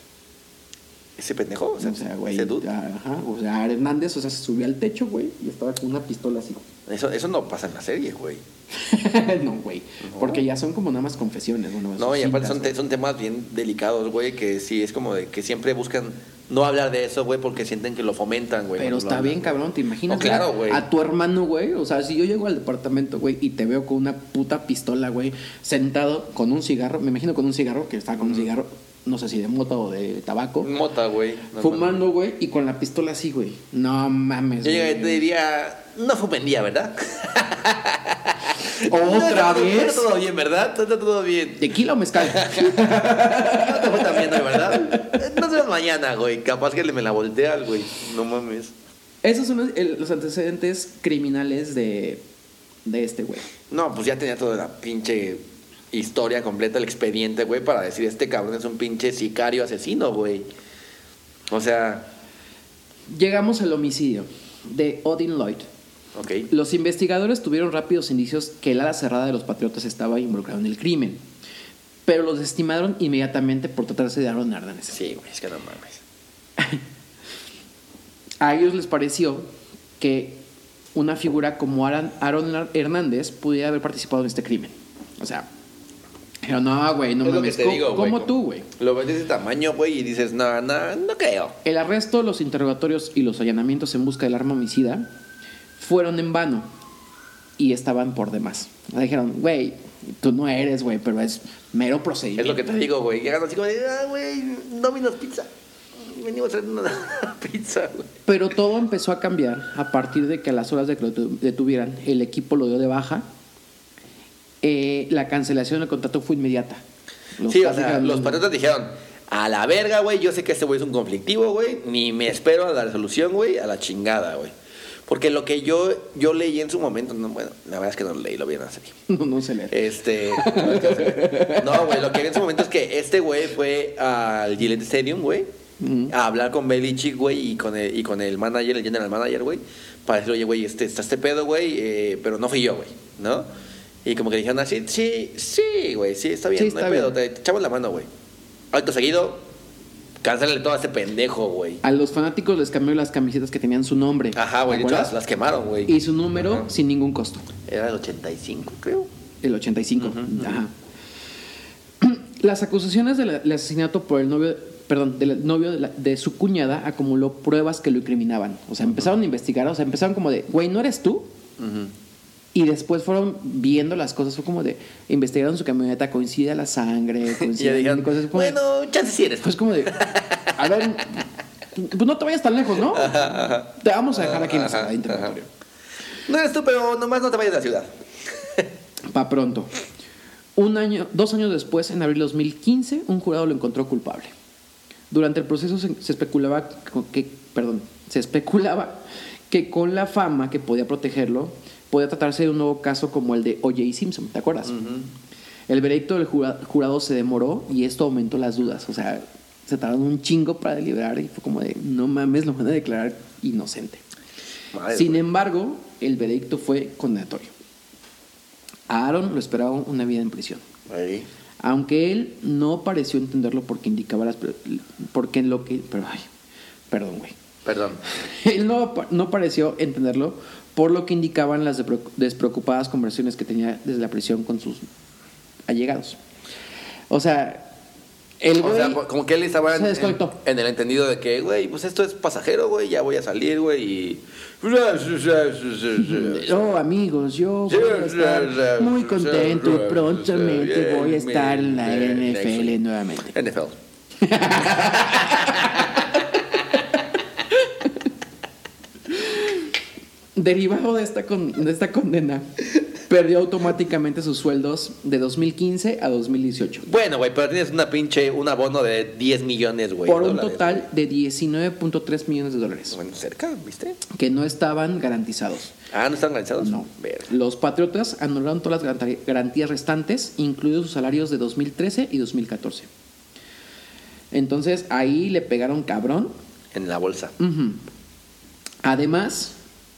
Ese pendejo, o sea,
O sea, güey.
ese dude.
Ajá, o sea, Hernández, o sea, se subió al techo, güey, y estaba con una pistola así.
Eso, eso no pasa en la serie, güey.
[LAUGHS] no, güey. Porque ya son como nada más confesiones. Bueno,
No, y
sus citas,
aparte son, te-
güey.
son temas bien delicados, güey, que sí, es como de que siempre buscan no hablar de eso, güey, porque sienten que lo fomentan, güey.
Pero
cuando lo
está
hablan,
bien,
güey.
cabrón, ¿te imaginas?
No, claro,
güey,
güey.
A tu hermano, güey. O sea, si yo llego al departamento, güey, y te veo con una puta pistola, güey, sentado con un cigarro, me imagino con un cigarro, que estaba con un cigarro, no sé si de mota o de tabaco,
Mota, güey. No,
fumando, güey, y con la pistola así, güey. No mames,
Yo llegaría y
güey.
te diría, no fumendía, ¿verdad? No
¿Otra
[LAUGHS] está- no
vez?
Está todo bien, ¿verdad? No Está todo bien.
¿Tequila o
[LAUGHS]
mezcal?
No te fue tan bien, hoy, ¿verdad? [LAUGHS] No seas mañana, güey. Capaz que le me la voltea güey. No mames.
Esos son los, el- los antecedentes criminales de, de este, güey.
No, pues ya tenía toda la pinche historia completa, el expediente, güey, para decir, este cabrón es un pinche sicario asesino, güey. O sea,
Llegamos al homicidio de Odin Lloyd.
ok.
Los investigadores tuvieron rápidos indicios que el ala cerrada de los patriotas estaba involucrado en el crimen, pero los estimaron inmediatamente por tratarse de Aaron Hernández.
Sí, güey, es que no mames.
A ellos les pareció que una figura como Aaron, Aaron Hernández pudiera haber participado en este crimen. O sea, pero no, güey, no
Es lo
mames,
que te
¿cómo-
digo, güey,
¿cómo
como-
tú, güey?
Lo ves de ese tamaño, güey, y dices, no, no, no creo.
El arresto, los interrogatorios y los allanamientos en busca del arma homicida fueron en vano y estaban por demás. Le dijeron, güey, tú no eres, güey, pero es mero procedimiento.
Es lo que te digo, güey. Llegan así como de, ah, güey, Domino's Pizza. Venimos a hacer una [LAUGHS] pizza, güey.
Pero todo empezó a cambiar a partir de que a las horas de que lo detu- detuvieran, el equipo lo dio de baja. eh, la cancelación del contrato fue inmediata. Los
sí, o
Patriots
sea,
ganaron.
los patriotas dijeron, a la verga, güey, yo sé que este güey es un conflictivo, güey, ni me espero a la resolución, güey, a la chingada, güey. Porque lo que yo, yo leí en su momento, no, bueno, la verdad es que no lo leí, lo vi en la serie.
[LAUGHS] No, no se le.
Este. no, güey, lo que vi en su momento es que este güey fue al Gillette Stadium, güey. A hablar con Belichick, güey, y con el, y con el manager, el general manager, güey. Para decir, oye, güey, este, está este pedo, güey, eh, pero no fui yo, güey, ¿no? Y como que dijeron así, sí, sí, güey, sí, está bien,
Sí,
no hay
está
pedo, te,
bien.
te echamos la mano, güey. Alto seguido, cancélale todo a este pendejo, güey.
A los fanáticos les cambió las camisetas que tenían su nombre.
Ajá, güey,
¿te
de hecho,
acuerdas?
las, las quemaron, güey.
Y su número
Ajá.
sin ningún costo.
Era el 85, creo.
El 85. Ajá. [CLEARS THROAT] Las acusaciones del del asesinato por el novio, perdón, del novio de, la- de su cuñada acumuló pruebas que lo incriminaban. O sea, empezaron a investigar, o sea, empezaron como de, güey, ¿no eres tú?
Ujú.
Y después fueron viendo las cosas, fue como de, investigaron su camioneta, coincide la
[LAUGHS]
sangre,
Y ya
coincide
dijeron,
cosas. Como de-
bueno, chance si eres.
pues como de, a ver,
[LAUGHS]
pues no te vayas tan lejos, ¿no? Te vamos a dejar aquí en la
Ajá,
sala de interrogatorio.
No eres tú, pero nomás no te vayas de la ciudad.
Pa' pronto. Un año, dos años después, en abril de 2015, un jurado lo encontró culpable. Durante el proceso se, se especulaba co- que, perdón, se especulaba que con la fama que podía protegerlo, podía tratarse de un nuevo caso como el de O.J. Simpson, ¿te acuerdas? El veredicto del jura- jurado se demoró y esto aumentó las dudas. O sea, se tardaron un chingo para deliberar y fue como de, no mames, lo van a declarar inocente.
Madre,
Sin
güey.
embargo, el veredicto fue condenatorio. A Aaron lo esperaba una vida en prisión,
Ahí.
aunque él no pareció entenderlo porque indicaba las pre- porque en lo que pero ay, perdón, güey. [LAUGHS]
Perdón.
Él no, pa- no pareció entenderlo por lo que indicaban las despre- despreocupadas conversaciones que tenía desde la prisión con sus allegados. O sea, el
o
güey
sea, po- como que él estaba en,
se desconectó.
en- en el entendido de que, güey, pues esto es pasajero, güey, ya voy a salir, güey, y... Yo
Oh, amigos, yo voy a estar muy contento. Prontamente voy a estar en la NFL nuevamente.
NFL.
Derivado de esta, con- de esta condena, [LAUGHS] perdió automáticamente sus sueldos de 2015 a 2018.
Bueno, güey, pero tienes una pinche, un abono de 10 millones, güey.
por
de
un
dólares,
total de 19.3 millones de
güey.
dólares
Bueno, cerca, ¿viste?
que no estaban garantizados.
Ah, ¿no están organizados?
No.
Verga.
Los patriotas anularon todas las garanta- garantías restantes, incluidos sus salarios de 2013 y 2014. Entonces ahí le pegaron cabrón.
En la bolsa.
Ujú. Además,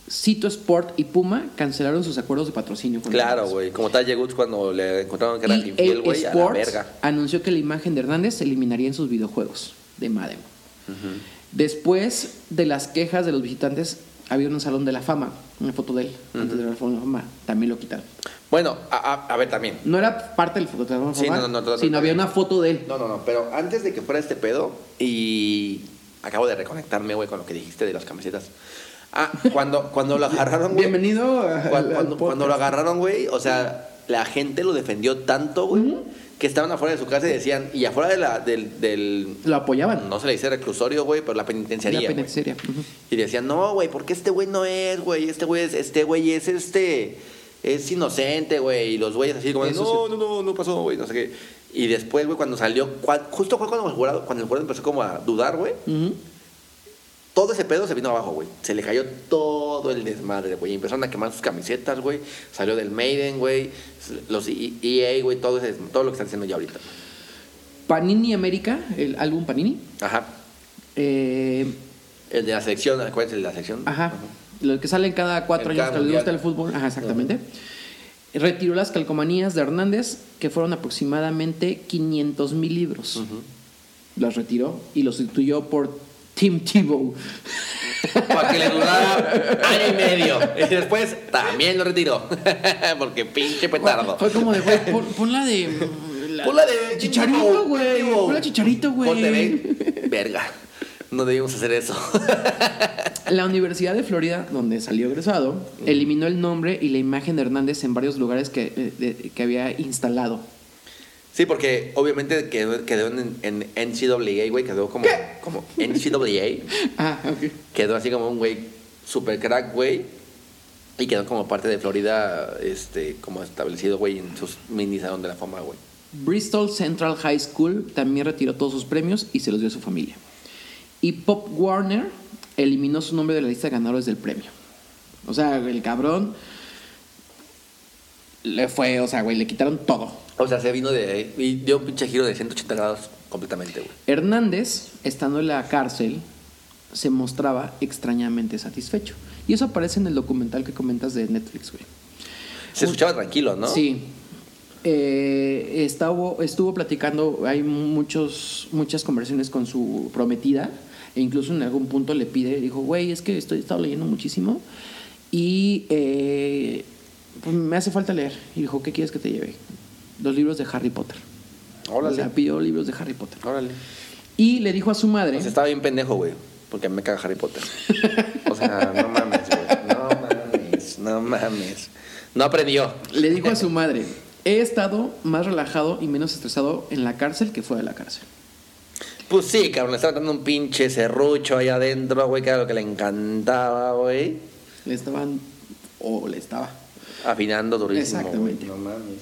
Cito Sport y Puma cancelaron sus acuerdos de patrocinio. con
Claro,
los
güey. Como Talle Goods cuando le encontraron que era
Y
infiel,
el
güey, a la
Sports
verga.
anunció que la imagen de Hernández se eliminaría en sus videojuegos de Madden. Después de las quejas de los visitantes, había un salón de la fama, una foto de él, antes del salón de la fama, también lo quitaron.
Bueno, a, a- a ver también.
No era parte del salón de la
Sí,
fama,
no, no, no, no,
sino
no.
había una foto de él.
No, no, no, pero antes de que fuera este pedo, y acabo de reconectarme, güey, con lo que dijiste de las camisetas. Ah, cuando, cuando lo agarraron, güey.
Bienvenido a- al-
Cuando,
al
cuando-
podcast.
cuando lo agarraron, güey, o sea, la gente lo defendió tanto, güey, que estaban afuera de su casa y decían, y afuera de la, del, del-
Lo apoyaban.
no se le dice reclusorio, güey, pero la penitenciaría.
La
güey.
penitenciaria. Ujú.
Y decían, no, güey, porque este güey no es, güey, este güey es, este güey es este, es inocente, güey. Y los güeyes así como,
Eso
no, no, no, no pasó, güey, no sé qué. Y después, güey, cuando salió, cua- justo fue cuando el jurado, cuando el jurado empezó como a dudar, güey,
Ujú.
todo ese pedo se vino abajo, güey. Se le cayó todo el desmadre, güey. Empezaron a quemar sus camisetas, güey. Salió del Maiden, güey. Los E- EA, güey, todo, ese- todo lo que están haciendo ya ahorita.
Panini América, el álbum Panini.
Ajá.
eh,
El de la sección, ¿acuérdate el de la sección?
Ajá. Lo que sale en cada cuatro
En
años
cada
que le gusta
mundial.
el fútbol. Ajá, exactamente. Retiró las calcomanías de Hernández, que fueron aproximadamente 500 mil libros. Las retiró y los sustituyó por Tim Tebow.
para que le durara año y medio. Y después también lo retiró. [LAUGHS] Porque pinche petardo.
Fue como de, güey, pon, pon la
[LAUGHS]
de. mm,
Pon la de
Chicharito, güey. Pon la Chicharito, güey.
Ponte, ve. Verga. No debíamos hacer eso. [LAUGHS]
La Universidad de Florida, donde salió egresado, eliminó el nombre y la imagen de Hernández en varios lugares que, eh, de- que había instalado. [LAUGHS]
Sí, porque obviamente quedó, quedó en, en NCAA, güey. Quedó como, como NCAA.
Ah, ok.
Quedó así como un güey super crack, güey. Y quedó como parte de Florida, este, como establecido, güey, en sus mini salón de la fama, güey.
Bristol Central High School también retiró todos sus premios y se los dio a su familia. Y Pop Warner eliminó su nombre de la lista de ganadores del premio. O sea, el cabrón le fue, o sea, güey, le quitaron todo.
O sea, se vino de ahí y dio un pinche giro de 180 grados completamente, güey.
Hernández, estando en la cárcel, se mostraba extrañamente satisfecho. Y eso aparece en el documental que comentas de Netflix, güey.
Se escuchaba tranquilo, ¿no?
Sí. Eh, estaba- estuvo platicando, hay muchos, muchas conversaciones con su prometida, e incluso en algún punto le pide, dijo, güey, es que estoy he estado leyendo muchísimo y eh, pues, me hace falta leer. Y dijo, ¿qué quieres que te lleve? Los libros de Harry Potter. O
Órale.
sea, pidió libros de Harry Potter.
Órale.
Y le dijo a su madre,
O sea, estaba bien pendejo, güey. Porque a mí me caga Harry Potter. O sea, no mames, güey. No mames, no mames. No aprendió.
le dijo a su madre, he estado más relajado y menos estresado en la cárcel que fuera de la cárcel.
Pues sí, cabrón, le estaba dando un pinche serrucho ahí adentro, güey, que era lo que le encantaba, güey.
Le estaban, o le estaba.
Afinando durísimo.
Exactamente.
güey. No mames.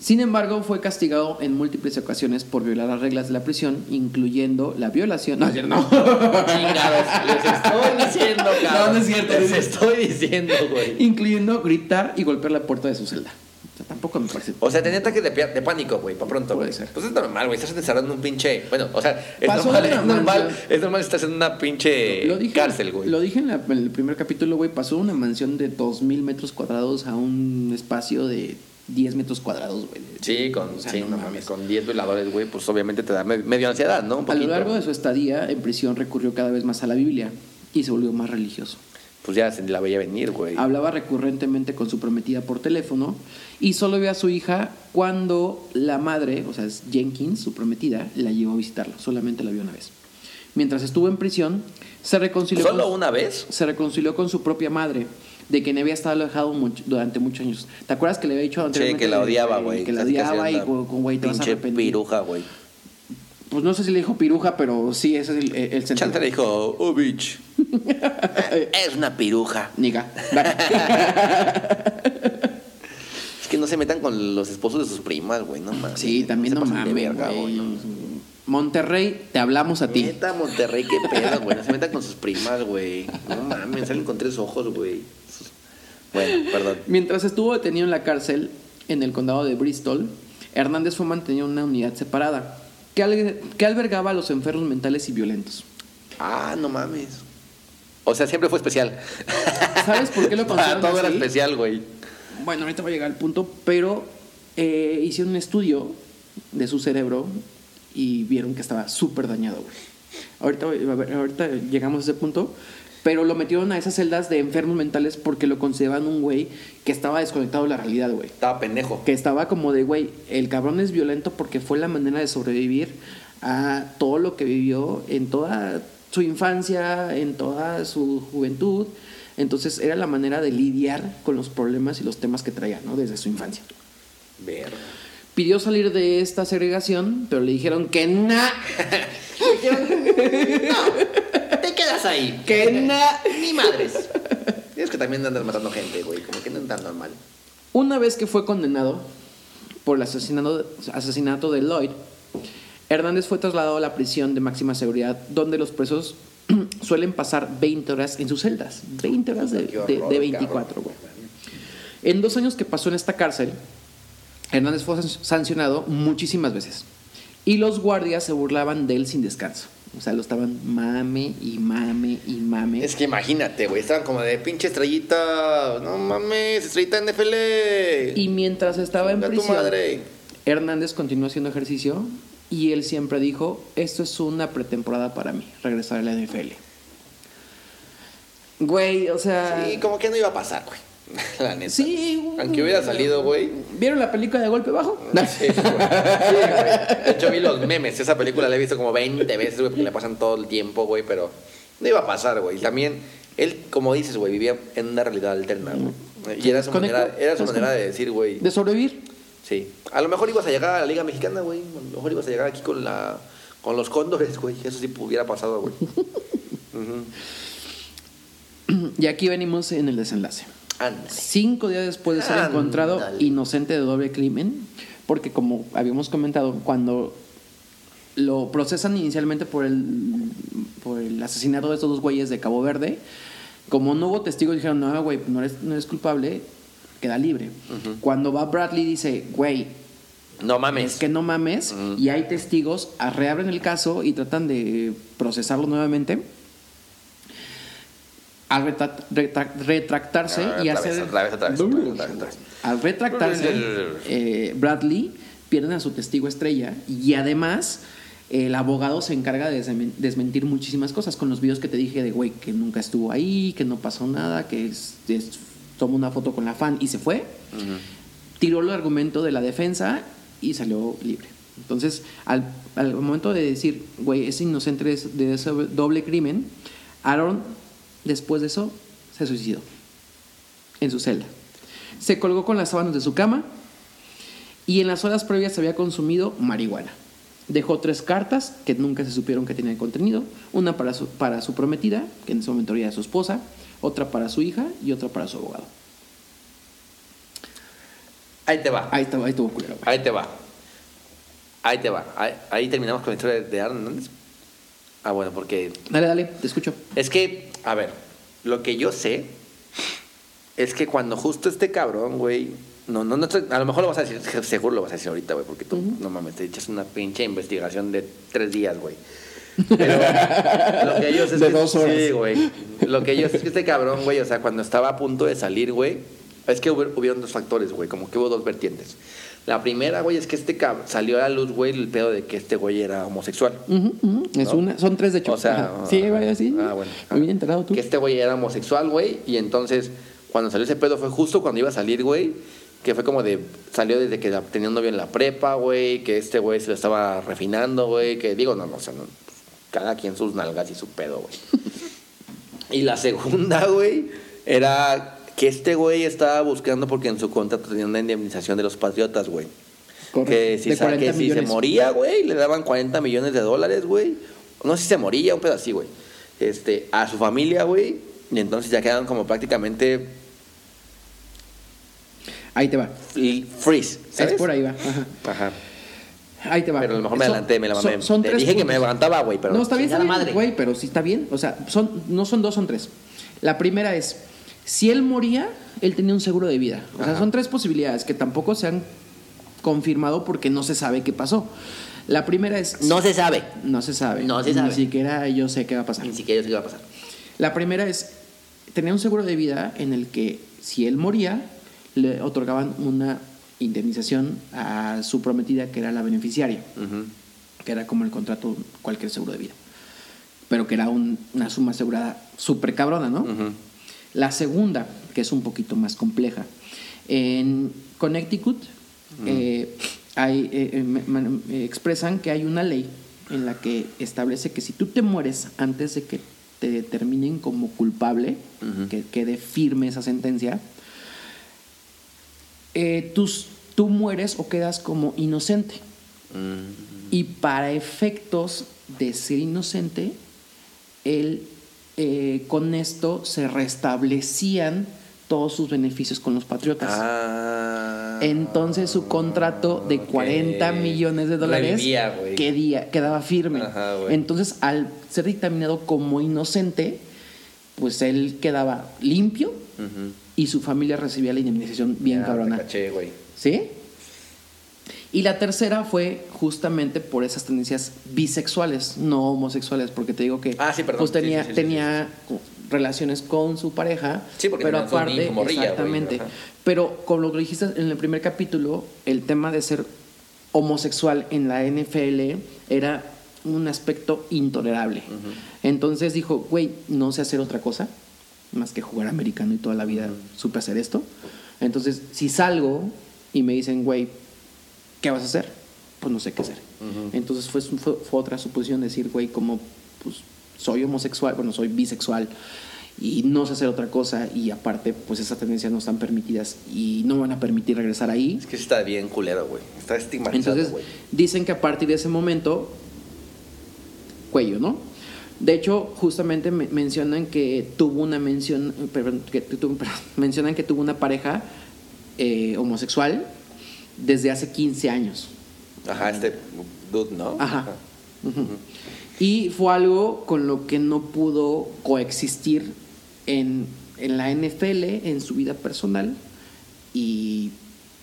Sin embargo, fue castigado en múltiples ocasiones por violar las reglas de la prisión, incluyendo la violación. No, ayer no. [LAUGHS]
Chingados, les estoy diciendo, cabrón.
No, no es cierto.
Les estoy diciendo, güey.
incluyendo gritar y golpear la puerta de su celda. O sea, tampoco me parece.
O sea, tenía ataques de, pia- de pánico, güey, para pronto,
Puede
güey.
ser.
Pues es normal, güey, estás encerrado en un pinche... Bueno, o sea, es
Pasó
normal,
de la
es normal,
mansión.
es normal estar en una pinche
Lo dije,
Eh, cárcel, güey.
Lo dije en, la- en el primer capítulo, güey. Pasó de una mansión de 2.000 metros cuadrados a un espacio de 10 metros cuadrados, güey.
Sí, con,
O sea,
sí,
no
no
mames.
mames, con 10 violadores, güey, pues obviamente te da me- medio ansiedad, ¿no? Un
A lo
poquito.
largo de su estadía en prisión recurrió cada vez más a la Biblia y se volvió más religioso.
Pues ya se la veía venir, güey.
Hablaba recurrentemente con su prometida por teléfono y solo ve a su hija cuando la madre, o sea, es Jenkins, su prometida, la llevó a visitarlo. Solamente la vio una vez. Mientras estuvo en prisión, se reconcilió,
¿Solo
con,
una vez?
se reconcilió con su propia madre, de quien había estado alejado mucho- durante muchos años. ¿Te acuerdas que le había dicho
Sí,
anteriormente?
que la odiaba,
eh,
güey.
Que la
Casi casi
odiaba y
anda
con, con, güey, te vas a
Pinche
arrepentir.
piruja, güey.
Pues no sé si le dijo piruja, pero sí, ese es el, el- el sentido.
Chanta le dijo,
[LAUGHS]
oh, bitch. es una piruja. [LAUGHS]
Niga.
Es que no se metan con los esposos de sus primas, güey, no mames.
Sí, también
se
no
pasen de
mames,
verga,
güey.
güey, no.
Monterrey, te hablamos a ti.
Neta, Monterrey, qué pedo, güey. No se metan con sus primas, güey. No mames, salen con tres ojos, güey. Sus- Bueno, perdón.
Mientras estuvo detenido en la cárcel en el condado de Bristol, Hernández fue mantenido en una unidad separada que, al- que albergaba a los enfermos mentales y violentos.
Ah, no mames. O sea, siempre fue especial.
¿Sabes por
[LAUGHS]
qué lo
Para
consideran
Ah, todo era
así?
especial, güey.
Bueno, ahorita voy a llegar al punto, pero eh, hicieron un estudio de su cerebro y vieron que estaba súper dañado, güey. Ahorita, voy- a ver, ahorita llegamos a ese punto, pero lo metieron a esas celdas de enfermos mentales porque lo consideraban un güey que estaba desconectado de la realidad, güey.
Estaba pendejo.
que estaba como de, güey, el cabrón es violento porque fue la manera de sobrevivir a todo lo que vivió en toda su infancia, en toda su juventud. Entonces era la manera de lidiar con los problemas y los temas que traía, ¿no? Desde su infancia.
Verga.
Pidió salir de esta segregación, pero le dijeron que na,
Te quedas ahí.
que na.
Ni madres. Es que también andas matando gente, güey. Como que no es tan normal.
Una vez que fue condenado por el asesinato, asesinato de Lloyd, Hernández fue trasladado a la prisión de máxima seguridad, donde los presos [CLEARS THROAT] suelen pasar 20 horas en sus celdas. 20 horas de,
Qué horror,
de- de
cabrón.
24, güey. En dos años que pasó en esta cárcel, Hernández fue san- sancionado muchísimas veces. Y los guardias se burlaban de él sin descanso. O sea, lo estaban mame y mame y mame.
Es que imagínate, güey. Estaban como de pinche estrellita. No mames, estrellita NFL.
Y mientras estaba en
Chinga tu
prisión,
madre.
Hernández continuó haciendo ejercicio y él siempre dijo, esto es una pretemporada para mí, regresar a la NFL. Güey, o sea...
Sí, como que no iba a pasar, güey. [LAUGHS] La neta.
Ah. Sí, uh, güey.
Aunque hubiera salido, güey.
¿Vieron la película de golpe bajo? [LAUGHS]
Sí, güey. Sí, güey. De hecho, vi los memes. Esa película la he visto como 20 veces, güey, porque la pasan todo el tiempo, güey, pero no iba a pasar, güey. Y También, él, como dices, güey, vivía en una realidad alterna, güey. Y era su
Desconecta-
manera, era su
desconecta.
manera de decir, güey.
De sobrevivir. [CLEARS THROAT]
Sí. A lo mejor ibas a llegar a la Liga Mexicana, güey. A lo mejor ibas a llegar aquí con la con los cóndores, güey. Eso sí hubiera
[LAUGHS]
pasado, güey. Ujú.
Y aquí venimos en el desenlace.
Ándale.
Cinco días después de ser
Ándale.
encontrado inocente de doble crimen, porque como habíamos comentado, cuando lo procesan inicialmente por el, por el asesinato de estos dos güeyes de Cabo Verde, como no hubo testigos, dijeron, no, güey, no eres, no eres culpable, queda libre. Cuando va Bradley, dice, güey,
No mames.
es que no mames,
Ujú.
y hay testigos, ah, reabren el caso y tratan de procesarlo nuevamente. Al retra- retra- retractarse
Ah,
y
otra
hacer.
vez, otra vez, otra vez, otra vez, otra vez, otra vez.
Al retractarse, eh, Bradley pierde a su testigo estrella y además el abogado se encarga de desmen- desmentir muchísimas cosas con los videos que te dije de güey que nunca estuvo ahí, que no pasó nada, que es- es- tomó una foto con la fan y se fue tiró el argumento de la defensa y salió libre. Entonces, al, al momento de decir, güey, es inocente de, de ese doble crimen, Aaron, después de eso, se suicidó en su celda. Se colgó con las sábanas de su cama y en las horas previas había consumido marihuana. Dejó tres cartas que nunca se supieron que tenían contenido. Una para su, para su prometida, que en ese momento era su esposa, otra para su hija y otra para su abogado.
Ahí te va.
Ahí estaba, ahí estuvo culero. güey.
Ahí te va. Ahí te va. Ahí, ahí terminamos con la historia de Aaron Hernández. Ah, bueno, porque
Dale, dale, te escucho.
es que, a ver, lo que yo sé es que cuando justo este cabrón, güey, no, no, no, estoy- a lo mejor lo vas a decir, [LAUGHS] se- seguro lo vas a decir ahorita, güey, porque tú, no mames, te echas una pinche investigación de tres días,
[LAUGHS]
güey. Pero lo que ellos es
De
que-
dos horas.
Sí, güey. Lo que ellos es que este cabrón, güey, o sea, cuando estaba a punto de salir, güey, es que hubo- hubieron dos factores, güey, como que hubo dos vertientes. La primera, güey, es que este cabrón salió a la luz, güey, el pedo de que este güey era homosexual.
Ujú, ujú, Es
¿No?
una, son tres de hecho.
O sea,
Ajá. sí, vaya, sí.
ah, bueno.
Muy bien enterado tú.
Que este güey era homosexual, güey. Y entonces, cuando salió ese pedo, fue justo cuando iba a salir, güey. Que fue como de. Salió desde que la- tenía un novio en la prepa, güey. Que este güey se lo estaba refinando, güey. Que digo, no, no, o sea, no, cada quien sus nalgas y su pedo, güey. [LAUGHS] Y la segunda, güey, era que este güey estaba buscando porque en su contrato tenía una indemnización de los patriotas, güey.
Correcto.
Que si,
De
sa-
40
que si se
millones.
moría, güey, le daban 40 millones de dólares, güey. No sé si se moría, un pedo así, güey. Este, a su familia, güey. Y entonces ya quedaron como prácticamente
Ahí te va.
fl- freeze. ¿sabes?
Es por ahí va. Ajá.
Ajá.
Ahí te va.
Pero a lo mejor me
Son-
adelanté, me la mamé.
Son, son
Te
tres
dije que me
puntos.
levantaba, güey, pero.
no, está bien, está
chingada
bien, güey, pero sí está bien. O sea, son, no son dos, son tres. La primera es, si él moría, él tenía un seguro de vida. O sea,
Ajá.
son tres posibilidades que tampoco se han confirmado porque no se sabe qué pasó. La primera es...
No se sabe.
No se sabe.
No se sabe.
Ni siquiera yo sé qué va a pasar.
Ni siquiera sé qué va a pasar.
La primera es tenía un seguro de vida en el que si él moría le otorgaban una indemnización a su prometida que era la beneficiaria,
Ujú.
que era como el contrato cualquier seguro de vida, pero que era un- una suma asegurada súper cabrona, ¿no?
Ujú.
La segunda, que es un poquito más compleja, en Connecticut eh, hay, eh, eh, me- me- me expresan que hay una ley en la que establece que si tú te mueres antes de que te determinen como culpable,
Ujú.
que quede firme esa sentencia, eh, tus- tú mueres o quedas como inocente.
Mm.
Y para efectos de ser inocente, él eh, con esto se restablecían todos sus beneficios con los patriotas.
Ah.
Entonces su contrato de
ok.
40 millones de dólares
Revivía, güey.
quedía- quedaba firme.
Ajá, güey.
Entonces al ser dictaminado como inocente, pues él quedaba limpio
Ujú.
y su familia recibía la indemnización bien
Ya,
cabrona.
Ah, te caché, güey.
¿Sí? Y la tercera fue justamente por esas tendencias bisexuales, no homosexuales, porque te digo que
Ah, sí, perdón.
pues tenía,
Sí, sí, sí, sí,
tenía relaciones con su pareja,
Sí, porque
pero
tenían su
aparte,
hijo, morrilla, güey,
exactamente.
ajá.
Pero con lo que dijiste en el primer capítulo, el tema de ser homosexual en la NFL era un aspecto intolerable. Entonces dijo, güey, no sé hacer otra cosa más que jugar americano y toda la vida supe hacer esto. Entonces, si salgo y me dicen, güey, ¿qué vas a hacer? Pues no sé qué hacer. Entonces fue, su- fue, fue otra suposición decir, güey, como pues soy homosexual, bueno, soy bisexual y no sé hacer otra cosa y aparte pues esas tendencias no están permitidas y no van a permitir regresar ahí.
Es que sí está bien culero, güey. Está estigmatizado,
Entonces
güey.
dicen que a partir de ese momento, cuello, ¿no? De hecho, justamente me- mencionan que tuvo una mención, perdón, que tuvo- perdón, [LAUGHS] mencionan que tuvo una pareja eh, homosexual desde hace 15 años.
Ajá, este dude, ¿no?
Ajá. Ujú. Y fue algo con lo que no pudo coexistir en, en la NFL, en su vida personal, y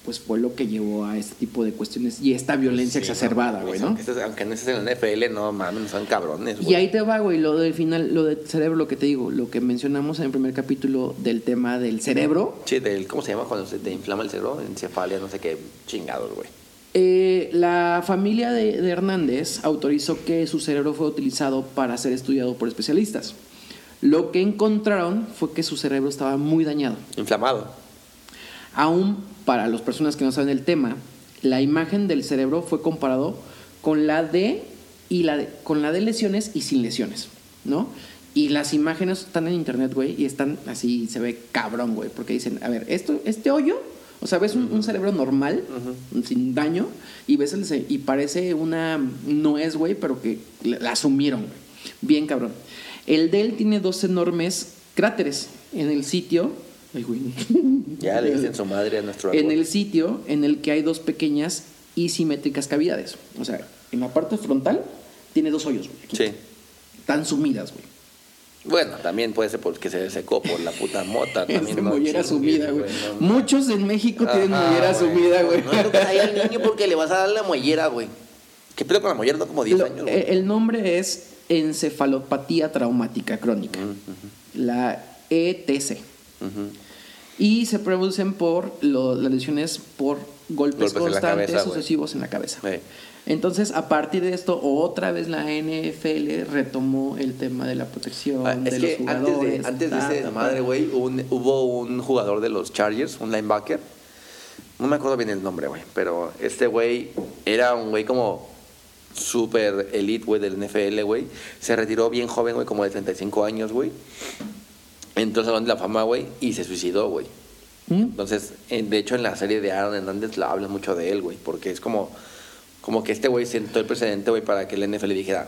pues fue lo que llevó a este tipo de cuestiones y esta violencia
Sí,
exacerbada,
no, Pues
güey, ¿no?
Aunque, estés- aunque no estés en la NFL, no mames, son cabrones, güey.
Y ahí te va, güey, lo del final, lo del cerebro, lo que te digo, lo que mencionamos en el primer capítulo del tema del cerebro,
Sí, del, ¿cómo se llama cuando se te inflama el cerebro? Encefalia, no sé qué, chingados, güey.
Eh, la familia de, de Hernández autorizó que su cerebro fue utilizado para ser estudiado por especialistas. Lo que encontraron fue que su cerebro estaba muy dañado.
Inflamado.
Aún para las personas que no saben el tema, la imagen del cerebro fue comparado con la de y la de- con la de lesiones y sin lesiones, ¿no? Y las imágenes están en internet, güey, y están así, se ve cabrón, güey, porque dicen, a ver, esto, este hoyo, o sea, ves un, un cerebro normal, sin daño, y ves el ce- y parece una no es, güey, pero que la la asumieron, güey. Bien cabrón. El de él tiene dos enormes cráteres en el sitio. Ay, güey.
Ya le dicen su madre a nuestro
En
árbol.
el sitio en el que hay dos pequeñas y simétricas cavidades. O sea, en la parte frontal tiene dos hoyos, güey. aquí.
Sí.
Están sumidas, güey.
Bueno, también puede ser porque se secó por la puta
[LAUGHS]
mota. Ah, también,
Es
no
mollera
chingues,
sumida, güey.
no, no.
Muchos en México tienen
Ajá,
mollera sumida, güey.
No toques ahí al niño porque le vas a dar la mollera, güey. ¿Qué pedo con la mollera? No como 10
[LAUGHS] Lo-
años,
eh,
güey.
el nombre es encefalopatía traumática crónica. La E ETC.
Mm, Ujú.
Y se producen por lo- las lesiones por golpes,
Golpes en la
constantes,
cabeza, güey.
sucesivos en la cabeza.
Eh,
Entonces, a partir de esto, otra vez la NFL retomó el tema de la protección
ah,
de
es
los
que antes
jugadores. Ah,
de, antes
ta,
de ese
ta, ta.
desmadre, güey, un- hubo un jugador de los Chargers, un linebacker. No me acuerdo bien el nombre, güey. Pero este güey era un güey como super elite, güey, del NFL, güey. Se retiró bien joven, güey, como de 35 años, güey. Entonces, Salón de la Fama, güey, y se suicidó, güey.
¿Mm?
Entonces, en- de hecho, en la serie de Aaron Hernández la hablan mucho de él, güey, porque es como, como que este güey sentó el precedente, güey, para que el NFL dijera,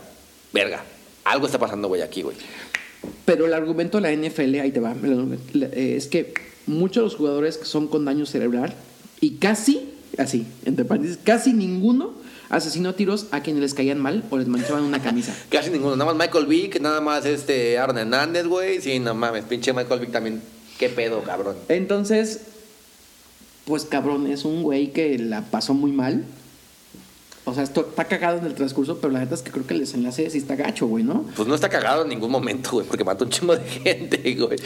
verga, algo está pasando, güey, aquí, güey.
Pero el argumento de la NFL, ahí te va, el- el- eh, es que muchos de los jugadores que son con daño cerebral y casi, así, entre paréntesis, casi ninguno asesinó a tiros a quienes les caían mal o les manchaban una camisa.
Casi ninguno, nada más Michael Vick, nada más este Aaron Hernández, güey. Sí, no mames, pinche Michael Vick también, qué pedo, cabrón.
Entonces, pues cabrón, es un güey que la pasó muy mal. O sea, esto está cagado en el transcurso, pero la neta es que creo que el desenlace sí está gacho, güey, ¿no?
Pues no está cagado en ningún momento, güey, porque mató un chingo de gente, [LAUGHS] güey.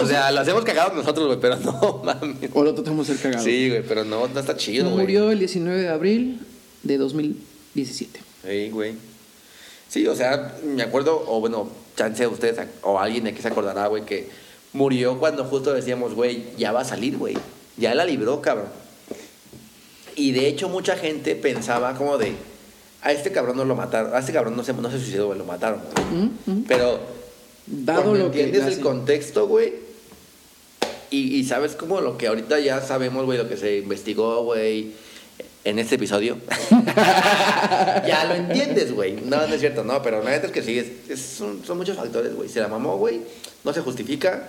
O sea, las hemos cagado nosotros, güey, pero no [LAUGHS] mames.
O lo tratamos de ser cagado.
Sí, güey, pero no, no está chido, güey.
Murió el 19 de abril de 2017.
Sí, güey. Sí, o sea, me acuerdo, o bueno, chance de ustedes o alguien de aquí se acordará, güey, que murió cuando justo decíamos, güey, ya va a salir, güey. Ya la libró, cabrón. Y de hecho, mucha gente pensaba como de, a este cabrón no lo mataron, a este cabrón no se, no se suicidó, güey, lo mataron, güey.
¿Mm? ¿Mm?
Pero,
Dado
cuando
lo que
Pues, entiendes el
hace-
contexto, güey, y, y sabes como lo que ahorita ya sabemos, güey, lo que se investigó, güey, en
[LAUGHS]
este episodio. ya lo entiendes, güey. No, no es cierto, no, pero la neta es que sí, es, es- son, son muchos factores, güey. Se la mamó, güey, no se justifica,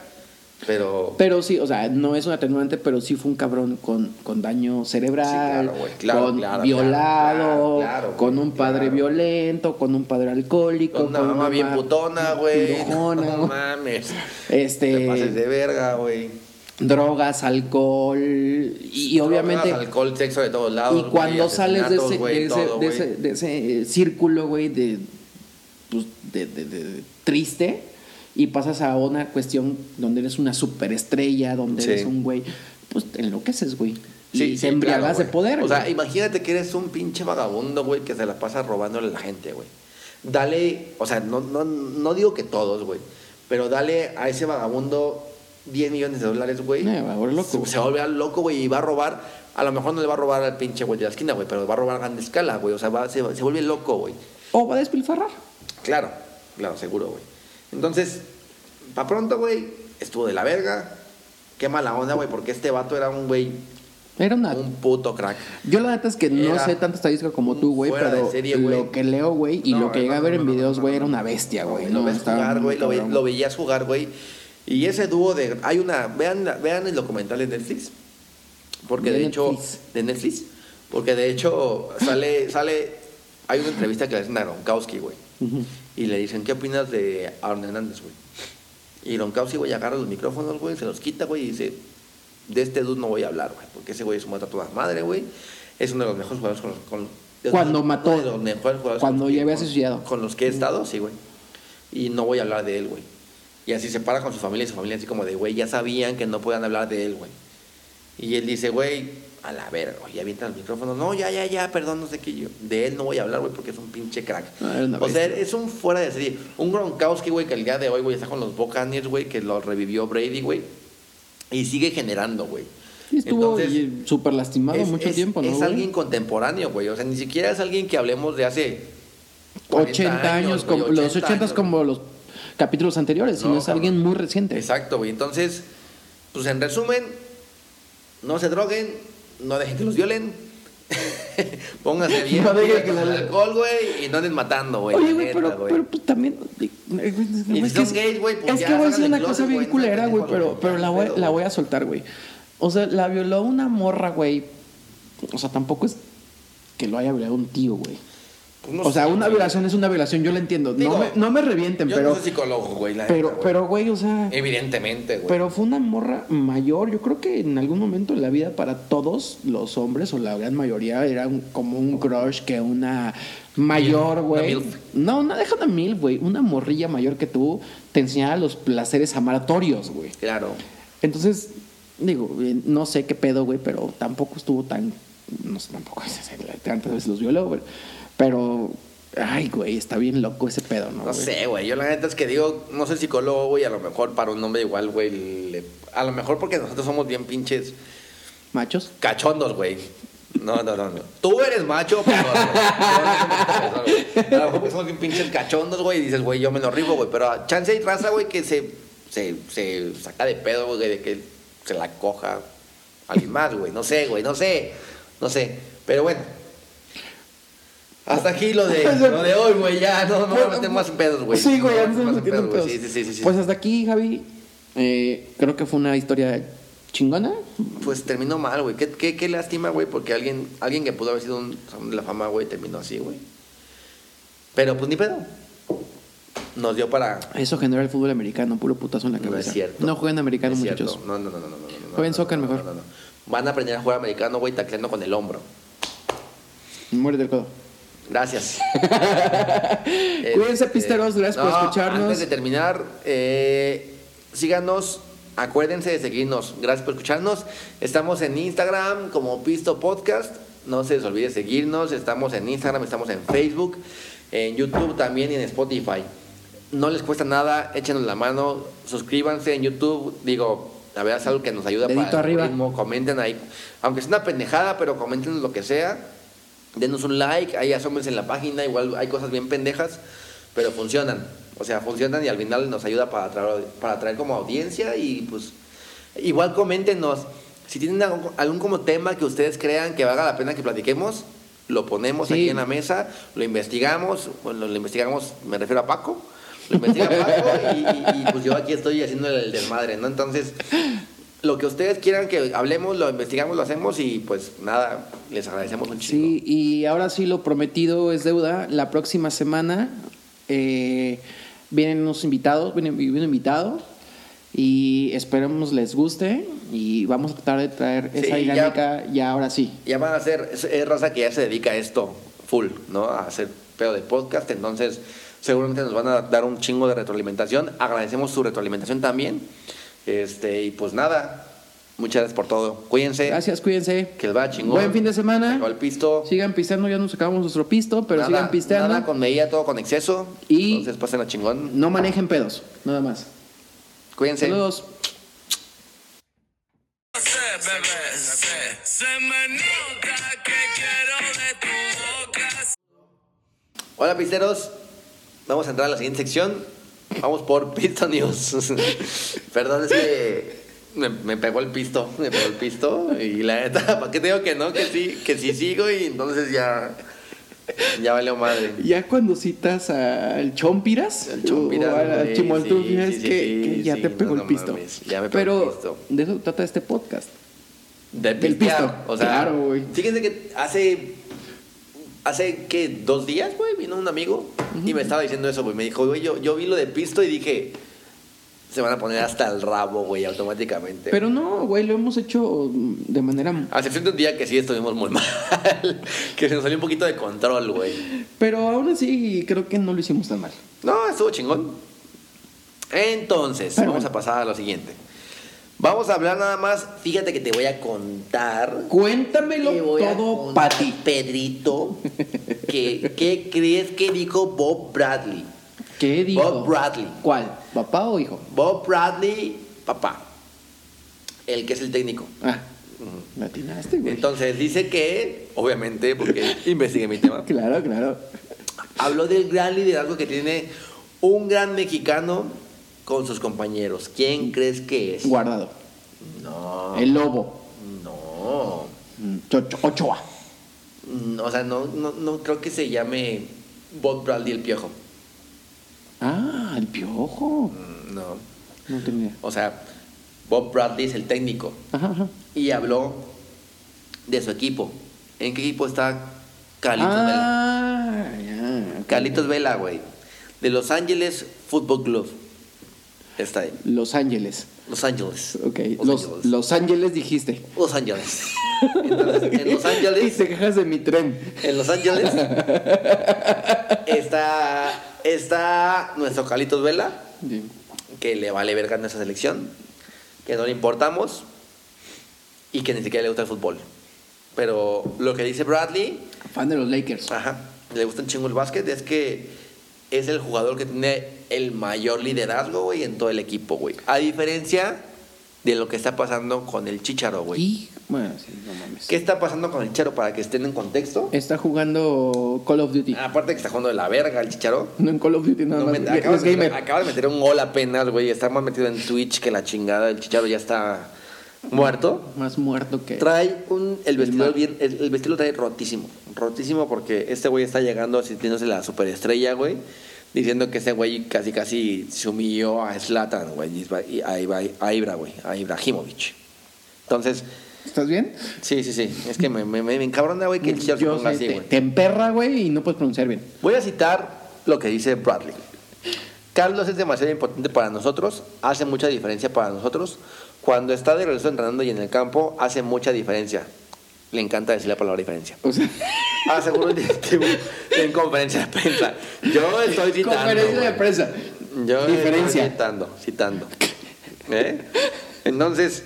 pero...
Pero sí, o sea, no es un atenuante, pero sí fue un cabrón con, con daño cerebral,
Sí, claro, güey, claro,
con
claro, claro,
violado,
claro, claro,
con
güey,
un padre
claro.
violento, con un padre alcohólico,
Con una mamá pues, bien
ma-
putona, güey.
pirujona,
[LAUGHS] No mames. Te pases
este,
de verga, güey.
drogas, alcohol y, y obviamente
Drogas, alcohol, sexo de todos lados.
y cuando
güey,
sales de
asesinatos,
ese,
güey,
de ese-
todo,
de
güey.
ese- de ese, eh, círculo, güey, de, pues, de- de- de- de triste y pasas a una cuestión donde eres una superestrella, donde
Sí.
eres un güey, pues te enloqueces, güey. Y
Sí,
te
sí,
embriagas
claro,
de
güey.
poder.
O sea,
güey.
imagínate que eres un pinche vagabundo, güey, que se la pasa robándole a la gente, güey. Dale, o sea, no, no, no digo que todos, güey, pero dale a ese vagabundo 10 millones de dólares, güey.
No, Eh, va a volver loco,
Se-
güey.
Se va a volver loco, güey, y va a robar. A lo mejor no le va a robar al pinche güey de la esquina, güey, pero va a robar a gran escala, güey. O sea, va- se, se vuelve loco, güey.
o va a despilfarrar.
Claro, claro, seguro, güey. Entonces, pa' pronto, güey, estuvo de la verga. Qué mala onda, güey, porque este vato era un güey
Era una.
Un puto crack.
Yo la neta es que no
Era
sé tanta estadística como tú, güey,
fuera de
pero
serie, güey.
lo que leo, güey, y
No,
lo que
no,
llegué a
no,
ver
no,
en
no,
videos,
no,
güey,
no.
era una bestia, güey.
lo
no,
ves
estaba
jugar,
muy
güey, lo, ve-
cabrón.
lo veías jugar, güey. Y ese dúo de... Hay una... Vean, la- vean el documental de Netflix. Porque
De
de, hecho...
Netflix.
De Netflix. Porque de hecho sale... sale hay una entrevista que le hacen a Gronkowski, güey.
Ujú.
Y le dicen, ¿qué opinas de Aaron Hernández, güey? Y Gronkowski, güey, agarra los micrófonos, güey, se los quita, güey, y dice, de este dude no voy a hablar, güey. Porque ese güey es un mata toda madre, güey. Es uno de los mejores jugadores con... con- es
Cuando
uno
mató.
de los mejores jugadores
Cuando
con los que-
ya había
con-
asesinado.
Con los que he estado, sí, güey y no voy a hablar de él, güey. Y así se para con su familia y su familia así como de, güey, ya sabían que no podían hablar de él, güey. Y él dice, güey, a la verga, güey, y avienta el micrófono. No, ya, ya, ya, perdón, no sé qué. Yo, de él no voy a hablar, güey, porque es un pinche crack.
No, era una
o sea, es un fuera de serie. Un Gronkowski, güey, que el día de hoy, güey, está con los Buccaneers, güey, que lo revivió Brady, güey. Y sigue generando, güey.
Sí, estuvo
Entonces,
y- súper lastimado
es-
mucho
es-
tiempo, ¿no?
Es
güey?
alguien contemporáneo, güey. O sea, ni siquiera es alguien que hablemos de hace 40
80 años,
güey,
como, los
80
80
años,
como los capítulos anteriores, sino
No,
es alguien
cabrón.
muy reciente.
Exacto, güey. Entonces, pues en resumen, no se droguen, no dejen que los violen. [LAUGHS] Pónganse bien
No dejen
bien
que
con el
los-
alcohol, güey, y no anden matando, güey.
Oye,
la
güey,
neta,
pero,
güey.
pero pues, también. eh, güey,
Y
es que,
si son
es-
gays, güey, pues
es
ya
que voy a
salgan
decir
del
una cosa
closet,
bien
güey, no
culera,
sean
güey,
pendejos,
pero,
güey,
pero
ya,
la,
ni
voy,
pedo,
la
güey.
voy a soltar, güey. O sea, la violó una morra, güey. O sea, tampoco es que lo haya violado un tío, güey.
Pues no
o sea,
sé,
una
güey.
violación es una violación, yo lo entiendo.
Digo,
no, me, no me revienten,
Yo
pero,
no soy psicólogo, güey, la
pero,
neta, güey.
pero, güey, o sea.
Evidentemente, güey.
Pero fue una morra mayor. Yo creo que en algún momento en la vida para todos los hombres o la gran mayoría era un- como un crush que una mayor,
Una
güey.
milf.
No, no, deja una mil, güey. Una morrilla mayor que tú te enseñaba los placeres amaratorios, güey.
Claro.
Entonces, digo, eh, no sé qué pedo, güey, pero tampoco estuvo tan. No sé, tampoco [LAUGHS] es tantas veces los violó, güey. Pero, ay, güey, está bien loco ese pedo, ¿no?
No
güey?
sé, güey. Yo la neta es que digo, no soy psicólogo, güey. A lo mejor para un hombre igual, güey. le- A lo mejor porque nosotros somos bien pinches
Machos.
cachondos, güey. No, no, no, no. Tú eres macho, pero. güey. No, no, no, no, no, no. A lo mejor somos bien pinches cachondos, güey. Y dices, güey, yo me lo ribo, güey. Pero chance y raza, güey, que se, se, se saca de pedo, güey, de que se la coja alguien más, güey. No sé, güey, no sé. No sé. Pero bueno. Hasta aquí lo de, lo de hoy, güey. Ya, no, no me meten más en pedos, güey.
Sí, güey,
No
ya
me
no estamos
meten más en
metiendo
pedos,
en
güey.
pedos.
Sí, sí, sí, sí, sí.
Pues
Pues,
hasta aquí, Javi. Eh, creo que fue una historia chingona.
pues, terminó mal, güey. Qué, qué, qué lástima, güey, porque alguien, alguien que pudo haber sido un salón de la fama, güey, terminó así, güey. Pero pues ni pedo. Nos dio para.
Eso genera el fútbol americano, puro putazo en la
No
cabeza.
es cierto.
No jueguen americano,
No es cierto.
muchachos.
No, no, no, no, no, no, no, no.
Jueguen
no,
soccer
no, no,
mejor.
no, no. Van a aprender a jugar americano, güey, tacleando con el hombro.
Muérete el codo.
Gracias.
[LAUGHS]
Este,
Cuídense, pisteros, gracias por escucharnos.
Antes de terminar, eh, síganos. Acuérdense de seguirnos. Gracias por escucharnos. Estamos en Instagram como Pisto Podcast. No se les olvide seguirnos. Estamos en Instagram, estamos en Facebook, en YouTube también y en Spotify. No les cuesta nada, échenos la mano, suscríbanse en YouTube. Digo, la verdad es algo que nos ayuda
Dedito
el
arriba.
algoritmo. Comenten ahí, aunque sea una pendejada, pero comenten lo que sea. Denos un like, ahí asómense en la página, igual hay cosas bien pendejas, pero funcionan. O sea, funcionan y al final nos ayuda para atraer, para atraer como audiencia y pues igual coméntenos. Si tienen algún, algún como tema que ustedes crean que valga la pena que platiquemos, lo ponemos
Sí.
aquí en la mesa, lo investigamos, bueno, lo investigamos, me refiero a Paco, lo investiga Paco y, y- y, pues yo aquí estoy haciendo el desmadre, ¿no? Entonces, lo que ustedes quieran que hablemos, lo investigamos, lo hacemos y pues nada, les agradecemos un chingo.
Sí, y ahora sí, lo prometido es deuda. La próxima semana eh, vienen unos invitados, viene, viene un invitado. Y esperemos les guste. Y vamos a tratar de traer
Sí,
esa
ya-
dinámica ya ahora sí.
Ya van a ser, es, es raza que ya se dedica a esto full, ¿no? A hacer pedo de podcast, entonces seguramente nos van a dar un chingo de retroalimentación. Agradecemos su retroalimentación también. Este, y pues nada, muchas gracias por todo. Cuídense.
Gracias, cuídense.
Que les va chingón.
Buen fin de semana.
Se acabó el pisto.
Sigan pisteando, ya nos acabamos nuestro pisto, pero
Nada-
sigan pisteando.
Nada con medida, todo con exceso.
Y-
Entonces pasen a chingón.
No manejen pedos, nada más.
Cuídense.
Saludos.
sé, bebé, sé. Se me nota que quiero de tu boca.
Hola, pisteros. Vamos a entrar [LAUGHS] a la siguiente sección. Vamos por Pisto News. Perdón, es que me, me pegó el pisto, me pegó el pisto y la neta, [LAUGHS] ¿para qué te digo que no? Que sí, que sí sigo y entonces ya, ya valió madre.
Ya cuando citas al Chompiras,
El Chompiras,
o al
güey,
Chimoltrufia,
sí,
es
sí,
que,
sí,
que ya
sí,
te pegó
no
el pisto.
mames, ya me pegó
Pero
el pisto.
de eso trata este podcast.
De
Del
pistear,
pisto, claro, güey.
Fíjense que hace. Hace que dos días, güey, vino un amigo y me estaba diciendo eso, güey. Me dijo, güey, yo, yo vi lo de pisto y dije. Se van a poner hasta el rabo, güey, automáticamente.
Pero no, güey, lo hemos hecho mm, de manera...
A excepción de un día que sí estuvimos muy [LAUGHS] mal. que se nos salió un poquito de control, güey.
Pero aún así creo que no lo hicimos tan mal.
No, estuvo chingón. Entonces,
Pero
vamos
bueno.
a pasar a lo siguiente. Vamos a hablar nada más. Fíjate que te voy a contar
Cuéntamelo
Te voy a
todo,
contar,
Pati.
Pedrito, que, ¿qué crees que dijo Bob Bradley?
¿Qué dijo?
Bob Bradley.
¿Cuál? ¿Papá o hijo?
Bob Bradley, papá, el que es el técnico.
Ah, me atinaste, güey.
Entonces dice que, obviamente, porque investigué mi tema,
Claro, claro.
habló del gran liderazgo que tiene un gran mexicano con sus compañeros. ¿Quién crees que es?
Guardado.
No,
El lobo.
no.
Mm, Chocho- Ochoa.
Mm, O sea, no, no, no creo que se llame Bob Bradley el piojo.
Ah, el piojo.
Mm, No.
No tenía.
O sea, Bob Bradley es el técnico
Ajá, ajá.
y habló de su equipo. ¿En qué equipo está Carlitos Vela?
Ah, ya.
Carlitos Vela, güey. De Los Ángeles Football Club. Está ahí.
Los Ángeles.
Los Ángeles.
Ok.
Los,
Los,
Ángeles.
Los Ángeles dijiste.
Los Ángeles. Entonces, en
[LAUGHS]
Los
Y
Ángeles.
te quejas de mi tren.
En
[LAUGHS]
Los Ángeles está, está nuestro Carlitos Vela,
Bien.
que le vale verga en esa selección, que no le importamos y que ni siquiera le gusta el fútbol. Pero lo que dice Bradley,
Fan de los Lakers.
ajá, le gusta un chingo el básquet, es que es el jugador que tiene el mayor liderazgo, güey, en todo el equipo, güey. A diferencia de lo que está pasando con el Chicharo, güey.
Y, bueno, sí, no mames.
¿Qué está pasando con el Chicharo para que estén en contexto?
Está jugando Call of Duty.
Aparte que está jugando de la verga el Chicharo.
No en Call of Duty nada
Ah. No,
más.
me-
Es
acaba, de meter,
gamer.
acaba de meter un gol apenas, güey. Está más metido en Twitch que la chingada. El chicharo ya está muerto.
Más muerto que.
Trae un, el vestido
mar.
bien, el, el vestido lo trae rotísimo. Rotísimo porque este güey está llegando sintiéndose la superestrella, güey. Diciendo que ese güey casi casi se humilló a Slatan, güey. y Isba- y A, Ibra- a Ibra, güey. A Ibrahimovic. Entonces,
¿Estás bien?
sí, sí, sí. Es que me, me, me encabrona, güey, que el chicharo se
Mm, Yo
ponga
sé,
así,
te,
güey.
te emperra, güey, y no puedes pronunciar bien.
Voy a citar lo que dice Bradley. Carlos es demasiado importante para nosotros, hace mucha diferencia para nosotros. Cuando está de regreso entrenando y en el campo, hace mucha diferencia. Le encanta decir la palabra diferencia.
O sea, [LAUGHS]
Aseguró el directivo en conferencia de prensa. Yo estoy citando.
conferencia de
güey.
prensa.
Yo eh,
Diferencia.
estoy citando, citando. ¿Eh? Entonces,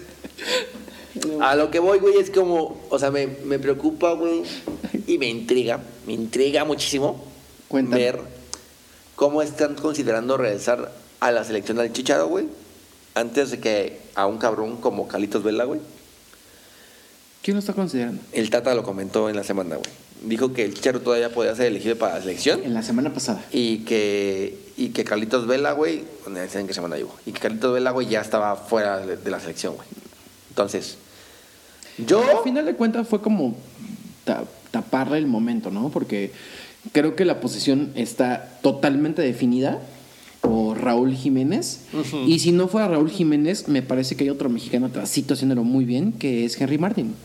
a lo que voy, güey, es como, o sea, me, me preocupa, güey, y me intriga, me intriga muchísimo
Cuéntame.
ver cómo están considerando regresar a la selección del Chicharo, güey, antes de que a un cabrón como Calitos Vela, güey.
¿Quién lo está considerando?
El Tata lo comentó en la semana, güey. Dijo que el Chicharo todavía podía ser elegido para la selección.
En la semana pasada.
Y que, y que Carlitos Vela, güey, no sé en qué semana llegó. Y que Carlitos Vela, güey, ya estaba fuera de, de la selección, güey. Entonces, yo.
Al final de cuentas fue como ta- taparle el momento, ¿no? Porque creo que la posición está totalmente definida por Raúl Jiménez. Y si no fuera Raúl Jiménez, me parece que hay otro mexicano atrásito haciéndolo muy bien, que es Henry Martin.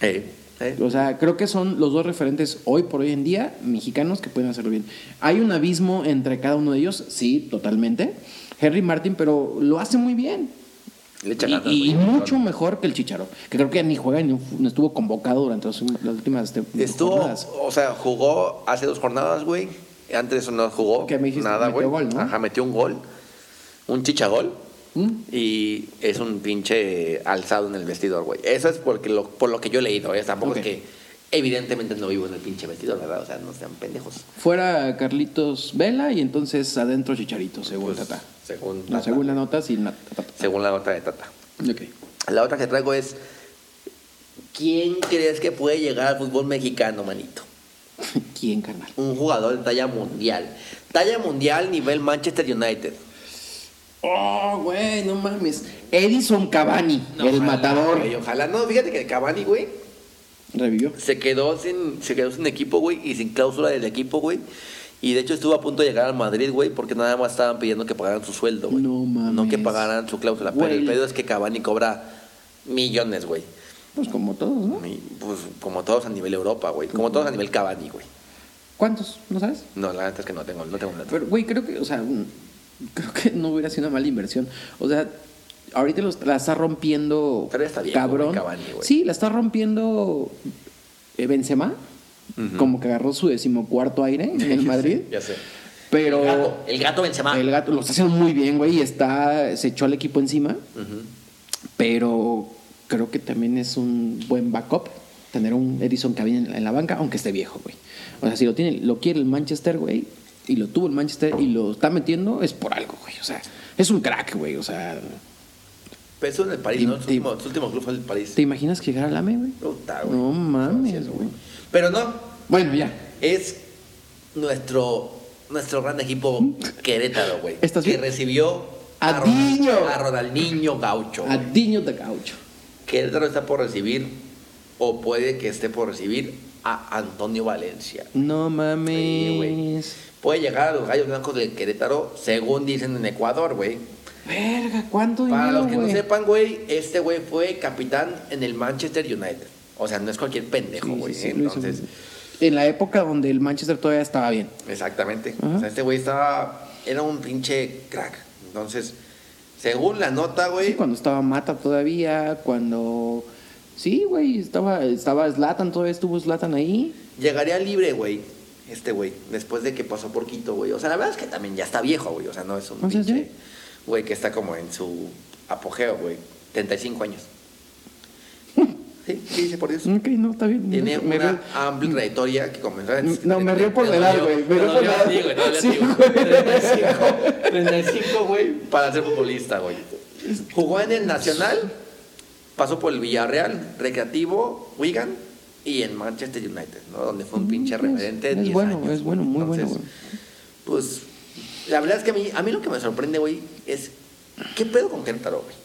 Eh, eh.
O sea, creo que son los dos referentes hoy por hoy en día mexicanos que pueden hacerlo bien. Hay un abismo entre cada uno de ellos, sí, totalmente. Henry Martin, pero lo hace muy bien.
Le echa ganas,
Y, y
güey.
mucho mejor que el Chicharo, que creo que ni juega ni fu- no estuvo convocado durante las, últimas- las últimas este,
Estuvo,
jornadas.
o sea, jugó hace dos jornadas, güey. Antes de eso no jugó.
Que me dijiste,
nada,
metió
güey.
gol, ¿no?
Ajá, metió un gol. Un chichagol.
¿Mm?
Y es un pinche alzado en el vestidor, güey. Eso es porque lo, por lo que yo he leído, ¿eh? Tampoco
Ok.
es que. Evidentemente no vivo en el pinche vestidor, ¿verdad? O sea, no sean pendejos.
Fuera Carlitos Vela y entonces adentro Chicharito, según Tata.
Según,
No,
Tata.
según Pues, la nota, sí. na- ta- ta-
Según la nota de Tata.
Ok. [LAUGHS]
La otra que traigo es, ¿quién crees que puede llegar al fútbol mexicano, manito?
¿Quién, carnal?
Un jugador de talla mundial. Talla mundial nivel Manchester United.
Oh, güey, no mames. Edison Cavani, el
Ojalá,
matador.
güey, ojalá. No, fíjate que Cavani, güey,
Revivió.
se quedó sin, se quedó sin equipo, güey, y sin cláusula del equipo, güey. Y de hecho estuvo a punto de llegar al Madrid, güey, porque nada más estaban pidiendo que pagaran su sueldo, güey.
No mames.
No que pagaran su cláusula. Pero
Güey.
el pedo es que Cavani cobra millones, güey.
Pues como todos, ¿no?
Y, Pues como todos a nivel Europa, güey. Como todos a nivel Cavani, güey.
¿Cuántos? ¿No sabes?
No, la neta es que no tengo, no tengo plata.
Pero, güey, creo que, o sea, un- creo que no hubiera sido una mala inversión. O sea, ahorita los- la está rompiendo.
Pero ya está viejo,
cabrón.
güey, Cavani, güey.
sí, la está rompiendo eh, Benzema. Como que agarró su decimocuarto aire en
[LAUGHS]
el Madrid.
Ya Ah, sé.
Pero.
El gato, el gato Benzema.
El gato lo está haciendo muy bien, güey. Y está. Se echó al equipo encima. Pero creo que también es un buen backup tener un Edison Cavani en, la- en la banca, aunque esté viejo, güey. O sea, si lo tiene, lo quiere el Manchester, güey. Y lo tuvo el Manchester y lo está metiendo, es por algo, güey. O sea, es un crack, güey. O sea,
Pero eso en el París,
Tim-
¿no? Su
Tim-
último, su último club fue el París.
¿te imaginas que llegara al AME, güey?
Puta, güey.
No mames,
Gracias,
güey.
Pero no,
Bueno, ya.
es nuestro, nuestro gran equipo Querétaro, güey.
¿Estás
Que
bien?
recibió
A
Ronald-
Diño.
a Ronaldinho Gaucho.
A
güey.
Diño de Gaucho.
Querétaro está por recibir, o puede que esté por recibir, a Antonio Valencia.
No
Sí, güey.
mames.
Puede llegar a los gallos blancos de Querétaro, según dicen en Ecuador, güey.
Verga, ¿cuánto
Para
dinero,
los que no
güey?
sepan, güey, este güey fue capitán en el Manchester United. O sea, no es cualquier pendejo,
Sí,
güey. ¿eh?
sí, sí, lo hizo
Entonces,
muy bien. en la época donde el Manchester todavía estaba bien.
exactamente.
Ajá.
O sea, este güey estaba. Era un pinche crack. Entonces, según la nota, güey.
Sí, cuando estaba Mata todavía, cuando sí, güey, estaba estaba Zlatan, todavía estuvo Zlatan ahí.
Llegaría libre, güey. Este güey. Después de que pasó por Quito, güey. O sea, la verdad es que también ya está viejo, güey. O sea, no es un
O sea,
pinche.
¿Ah, sí.
Güey, que está como en su apogeo, güey. 35
[LAUGHS]
años. Sí, sí, dice por Dios.
Mm, Ok, no, está bien.
Tiene
me
una
río.
amplia trayectoria que comenzó en...
No, me río por la edad, güey. Me río
No,
por
yo
la edad.
sí, güey, no, yo
Sí,
sí, güey. [LAUGHS]
güey.
35, 35, güey, para ser futbolista, güey. Jugó en el Nacional, pasó por el Villarreal, Recreativo, Wigan y en Manchester United, ¿no? Donde fue un pinche
Mm, Es-
referente de
es
10
bueno,
años,
es bueno,
güey.
muy bueno,
Entonces,
güey.
Pues, la verdad es que a mí, a mí lo que me sorprende, güey, es... ¿Qué pedo con Querétaro, güey?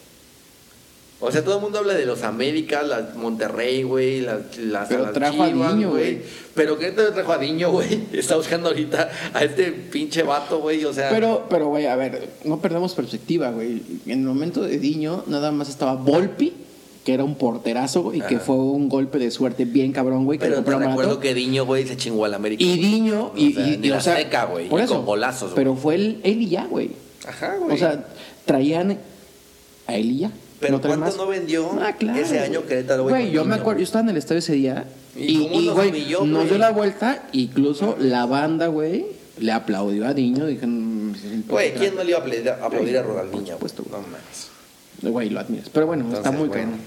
O sea, todo el mundo habla de los Américas, las Monterrey, güey, las, las
Pero
las
trajo a
Chivas,
Diño, güey.
Pero que te trajo a Diño, güey. Está buscando ahorita a este pinche vato, güey. O sea,
Pero pero güey, a ver, no perdamos perspectiva, güey. En el momento de Diño nada más estaba Volpi, que era un porterazo güey, y que
Ajá.
fue un golpe de suerte bien cabrón, güey, que
pero
lo
te
compraron
recuerdo
barato.
que Diño, güey, se chingó al América.
y Diño y,
O sea,
y-
ni
y,
la
o sea,
Azteca, güey,
por
y
eso,
con golazos,
Pero fue él, él y ya, güey.
Ajá, güey.
O sea, traían a él y ya.
Pero
traen Ah,
¿cuánto no vendió ese año Querétaro, güey,
Güey,
con
yo me
Niño?
acuerdo, yo estaba en el estadio ese día
¿Y
y,
cómo
y,
nos
güey,
humilló,
nos
güey?
dio la vuelta, incluso la banda, güey, le aplaudió a Diño, dijeron,
güey, ¿quién no le iba a aplaudir, a aplaudir a
Por
Ronaldinho? güey?
supuesto, güey.
No mames.
Güey, lo admiras. Pero bueno, está
Entonces,
muy
bueno.
cabrón.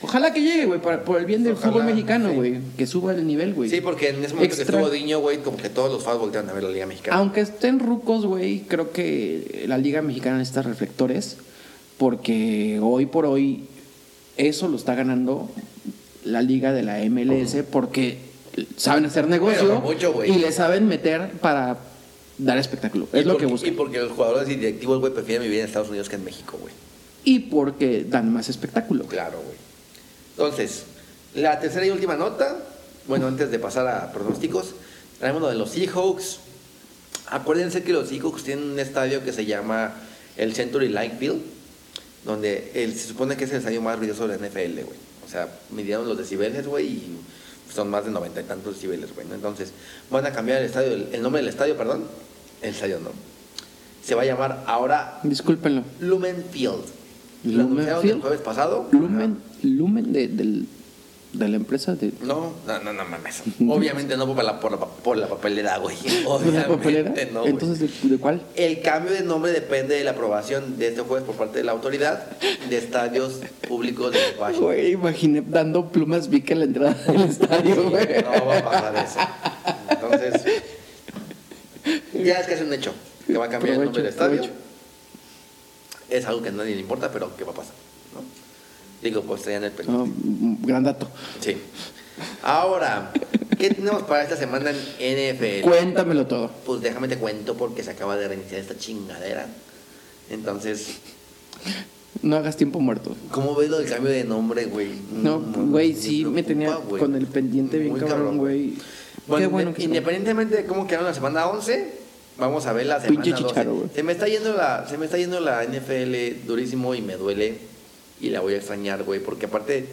Ojalá que llegue, güey, para- por el bien del
Ojalá,
fútbol mexicano,
sí.
güey, que suba el nivel, güey.
Sí, porque en ese momento que
Extra-
estuvo Diño, güey, como que todos los fans voltearon a ver la Liga Mexicana.
Aunque estén rucos, güey, creo que la Liga Mexicana necesita reflectores porque hoy por hoy eso lo está ganando la Liga de la MLS porque saben hacer negocio
Pero mucho, güey.
y le saben meter para dar espectáculo. Es
Y
lo
porque-
que buscan.
Y porque los jugadores y directivos, güey, prefieren vivir en Estados Unidos que en México, güey.
Y porque dan más espectáculo. güey.
Claro, güey. Entonces, la tercera y última nota, bueno, antes de pasar a pronósticos, traemos lo de los Seahawks. Acuérdense que los Seahawks tienen un estadio que se llama el Century Light Field, donde el- se supone que es el estadio más ruidoso de la NFL, güey. O sea, midieron los decibeles, güey, y son más de noventa y tantos decibeles, güey. ¿no? Entonces, van a cambiar el estadio, el, el nombre del estadio, perdón, el estadio no. Se va a llamar ahora
Discúlpenlo.
Lumen Field. Lo
Lumen
anunciaron el
Field.
jueves pasado.
Lumen, Lumen de, del- de la empresa de...
No, no, no, no mames. Obviamente no por la, por la, por la papelera, güey. Obviamente
la papelera.
no, güey.
Entonces, ¿de, de cuál?
El cambio de nombre depende de la aprobación de este jueves por parte de la autoridad de estadios públicos de Washington.
Güey, imaginé dando plumas Vic en la entrada
[LAUGHS]
del estadio, güey.
No va a pasar eso. Entonces, ya es que es un hecho. Que va a cambiar el nombre del
Provecho,
estadio. Es algo que a nadie le importa, pero ¿qué va a pasar? ¿No? Digo, pues traían el pendiente.
Ah, mm, gran dato.
Sí. Ahora, ¿qué tenemos para esta semana en NFL?
Cuéntamelo todo.
Pues déjame te cuento porque se acaba de reiniciar esta chingadera. Entonces,
No hagas tiempo muerto.
¿cómo ves lo del cambio de nombre, güey?
No, pues,
Mm,
güey,
me
sí me
preocupa,
tenía
güey.
con el pendiente bien
Muy
cabrón, güey.
Bueno,
Qué bueno
inde-
que se-
independientemente de cómo quedaron la semana 11, vamos a ver la semana
Pinche chicharo,
12.
güey.
Se me está yendo la se me está yendo la NFL durísimo y me duele y la voy a extrañar, güey, porque aparte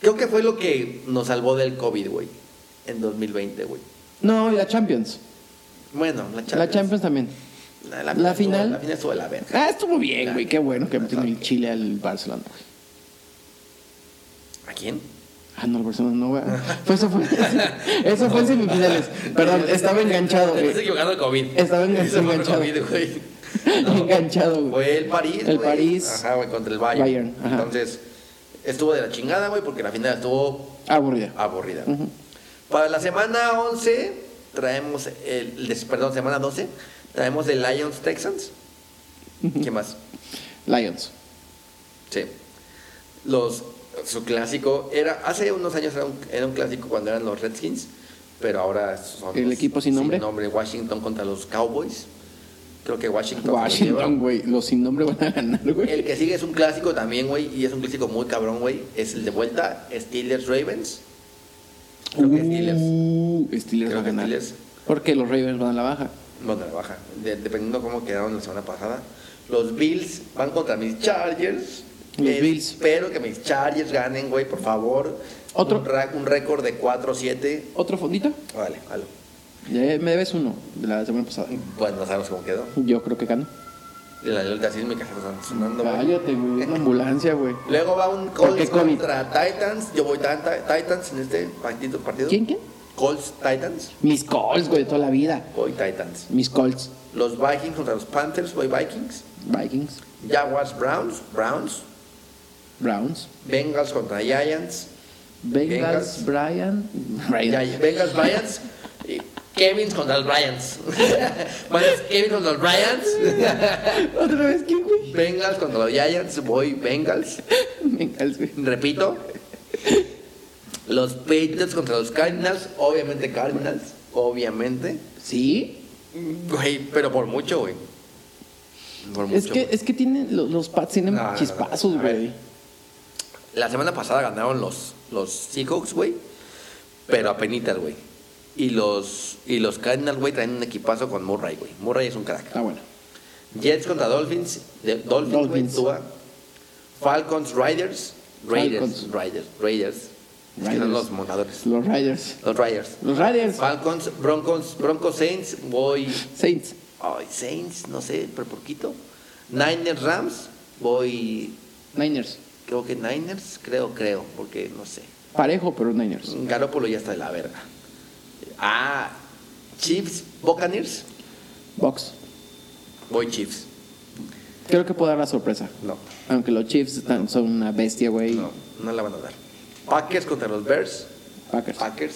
creo que fue lo que nos salvó del COVID, güey, en 2020, güey.
No, y la Champions.
Bueno, la Champions.
La Champions también.
La,
la
final. estuvo-
final.
la final estuvo de la verga.
Ah, estuvo bien, güey. Qué bueno que metió
Ajá.
el Chile al Barcelona.
¿A quién?
Ah, no, el Barcelona no
[LAUGHS]
va. Pues eso fue, [LAUGHS] eso fue en semifinales. Perdón, estaba enganchado,
Me
güey.
[LAUGHS] Estás equivocando de COVID.
Estaba engan-
Ese fue
enganchado.
COVID, güey.
[LAUGHS] Enganchado, güey.
Fue el París.
El
güey.
París.
Ajá, güey, contra el Bayern.
Bayern, ajá.
Entonces, estuvo de la chingada, güey, porque la final estuvo
Aburrida.
aburrida.
Ujú.
Para la semana 11, traemos el. des- Perdón, semana 12, traemos el Lions Texans. ¿Qué más?
Lions.
Sí. Los, su clásico era. Hace unos años era un, era un clásico cuando eran los Redskins, pero ahora son.
¿El
los-
equipo sin nombre?
Washington contra los Cowboys. Creo que Washington. se lo lleva.
Washington, güey. Los sin nombre van a ganar,
El
güey.
que sigue es un clásico también, güey, y es un clásico muy cabrón, güey. Es el de vuelta, Steelers Ravens. Creo que Steelers.
Uh, Steelers
Creo
va a
que
ganar.
Steelers.
Porque los Ravens van a la baja.
Bueno, la baja. De- dependiendo cómo quedaron la semana pasada. Los Bills van contra mis Chargers.
Los
Eh,
Bills.
Espero que mis Chargers ganen, güey, por favor.
Otro.
Un, ra- un récord de 4-7.
¿Otro fondito?
Vale, algo.
Ya eh, me debes uno de la semana pasada.
Bueno, no sabemos cómo quedó.
Yo creo que gano.
La alerta sísmica se está sonando, güey.
Cállate, güey. Una ambulancia, güey.
Luego va un
¿Por qué
Colts
COVID?
contra Titans. Yo voy tan- ta- Titans en este partido. partido.
¿Quién, quién?
Colts Titans.
Mis Colts, güey, de toda la vida.
Voy Titans.
Mis Colts.
Los Vikings contra los Panthers. Voy Vikings.
Vikings.
Jaguars Browns. Browns.
Browns.
Bengals contra Giants.
Bengals,
Bengals.
Brian. Brian.
Gi- Bengals Bryants. y Kevins contra los Bryants. [LAUGHS] Bueno, Kevin contra los Bryants.
[LAUGHS] ¿Otra vez quién, güey?
Bengals contra los Giants. Voy Bengals.
Bengals, güey.
Repito. Los Patriots contra los Cardinals. Obviamente Cardinals. Obviamente.
¿Sí?
Güey, pero por mucho, güey. Por mucho.
Es que,
güey.
es que tienen, los, los Pats tienen
No, no, no, no.
chispazos,
A ver.
güey.
La semana pasada ganaron los, los Seahawks, güey. Pero a penitas, güey. Y los, y los Cardinals, güey, traen un equipazo con Murray, güey. Murray es un crack.
Ah, bueno.
Jets contra Dolphins. de- Dolphins, güey,
Dolphins.
Tua. Falcons, Riders. Raiders.
Falcons.
Raiders. Raiders. Es que
Raiders.
son los monadores.
Los Riders.
Los Riders.
Los Riders.
Falcons, Broncos, Broncos Saints, voy.
Saints.
Ay, Saints, no sé, pero poquito. Niners, Rams, voy.
Niners.
Creo que Niners, creo, creo, porque no sé.
Parejo, pero Niners.
Garópolo ya está de la verga. Ah, Chiefs, Buccaneers.
Box.
Voy Chiefs.
Creo que puedo dar la sorpresa.
No,
Aunque los Chiefs están- son una bestia, güey.
no, no la van a dar. Packers contra los Bears.
Packers.
Packers.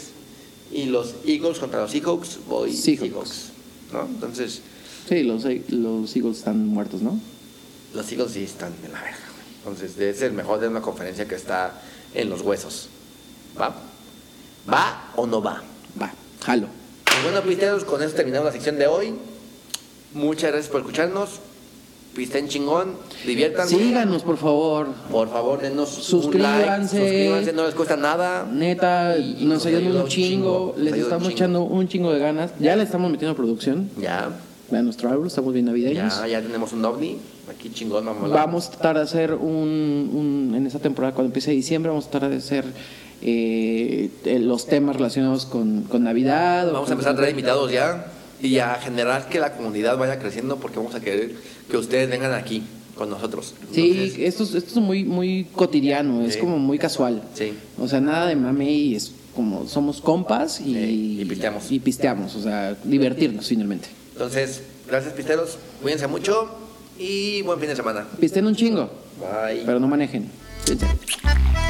Y los Eagles contra los Seahawks. Voy
Seahawks.
Seahawks. ¿No? Entonces,
Sí, los, los Eagles están muertos, ¿no?
los Eagles sí están de la verga. güey. Entonces, es el mejor de una conferencia que está en los huesos. ¿Va? ¿Va o no va?
Va, jalo.
Y bueno, pisteros, con eso terminamos la sección de hoy. Muchas gracias por escucharnos. Pisten chingón, diviértanse.
Síganos, por favor.
Por favor, denos un like.
Suscríbanse.
Suscríbanse, no les cuesta nada.
Neta,
Y
nos ayudan
ayuda
un
un
chingo.
chingo, nos
Les
ayuda un
estamos
chingo.
echando un chingo de ganas. Ya le estamos metiendo producción
Ya,
a nuestro álbum. Estamos bien navideños.
ya, ya tenemos un ovni. Aquí chingón, vamos
Vamos a tratar de hacer un, un- en esta temporada, cuando empiece diciembre, vamos a tratar de hacer eh, eh, los temas relacionados con, con Navidad. o
Vamos
con-
a empezar a traer invitados ya y a generar que la comunidad vaya creciendo porque vamos a querer que ustedes vengan aquí con nosotros.
Sí,
Entonces,
esto, es- esto es muy, muy cotidiano, es
Sí.
como muy casual.
Sí.
O sea, nada de mame y es como somos compas y,
Sí, y pisteamos.
Y pisteamos, o sea, divertirnos finalmente.
entonces, gracias pisteros, cuídense mucho y buen fin de semana.
Pisten un chingo,
Bye.
pero no manejen. Cuídense.
Thank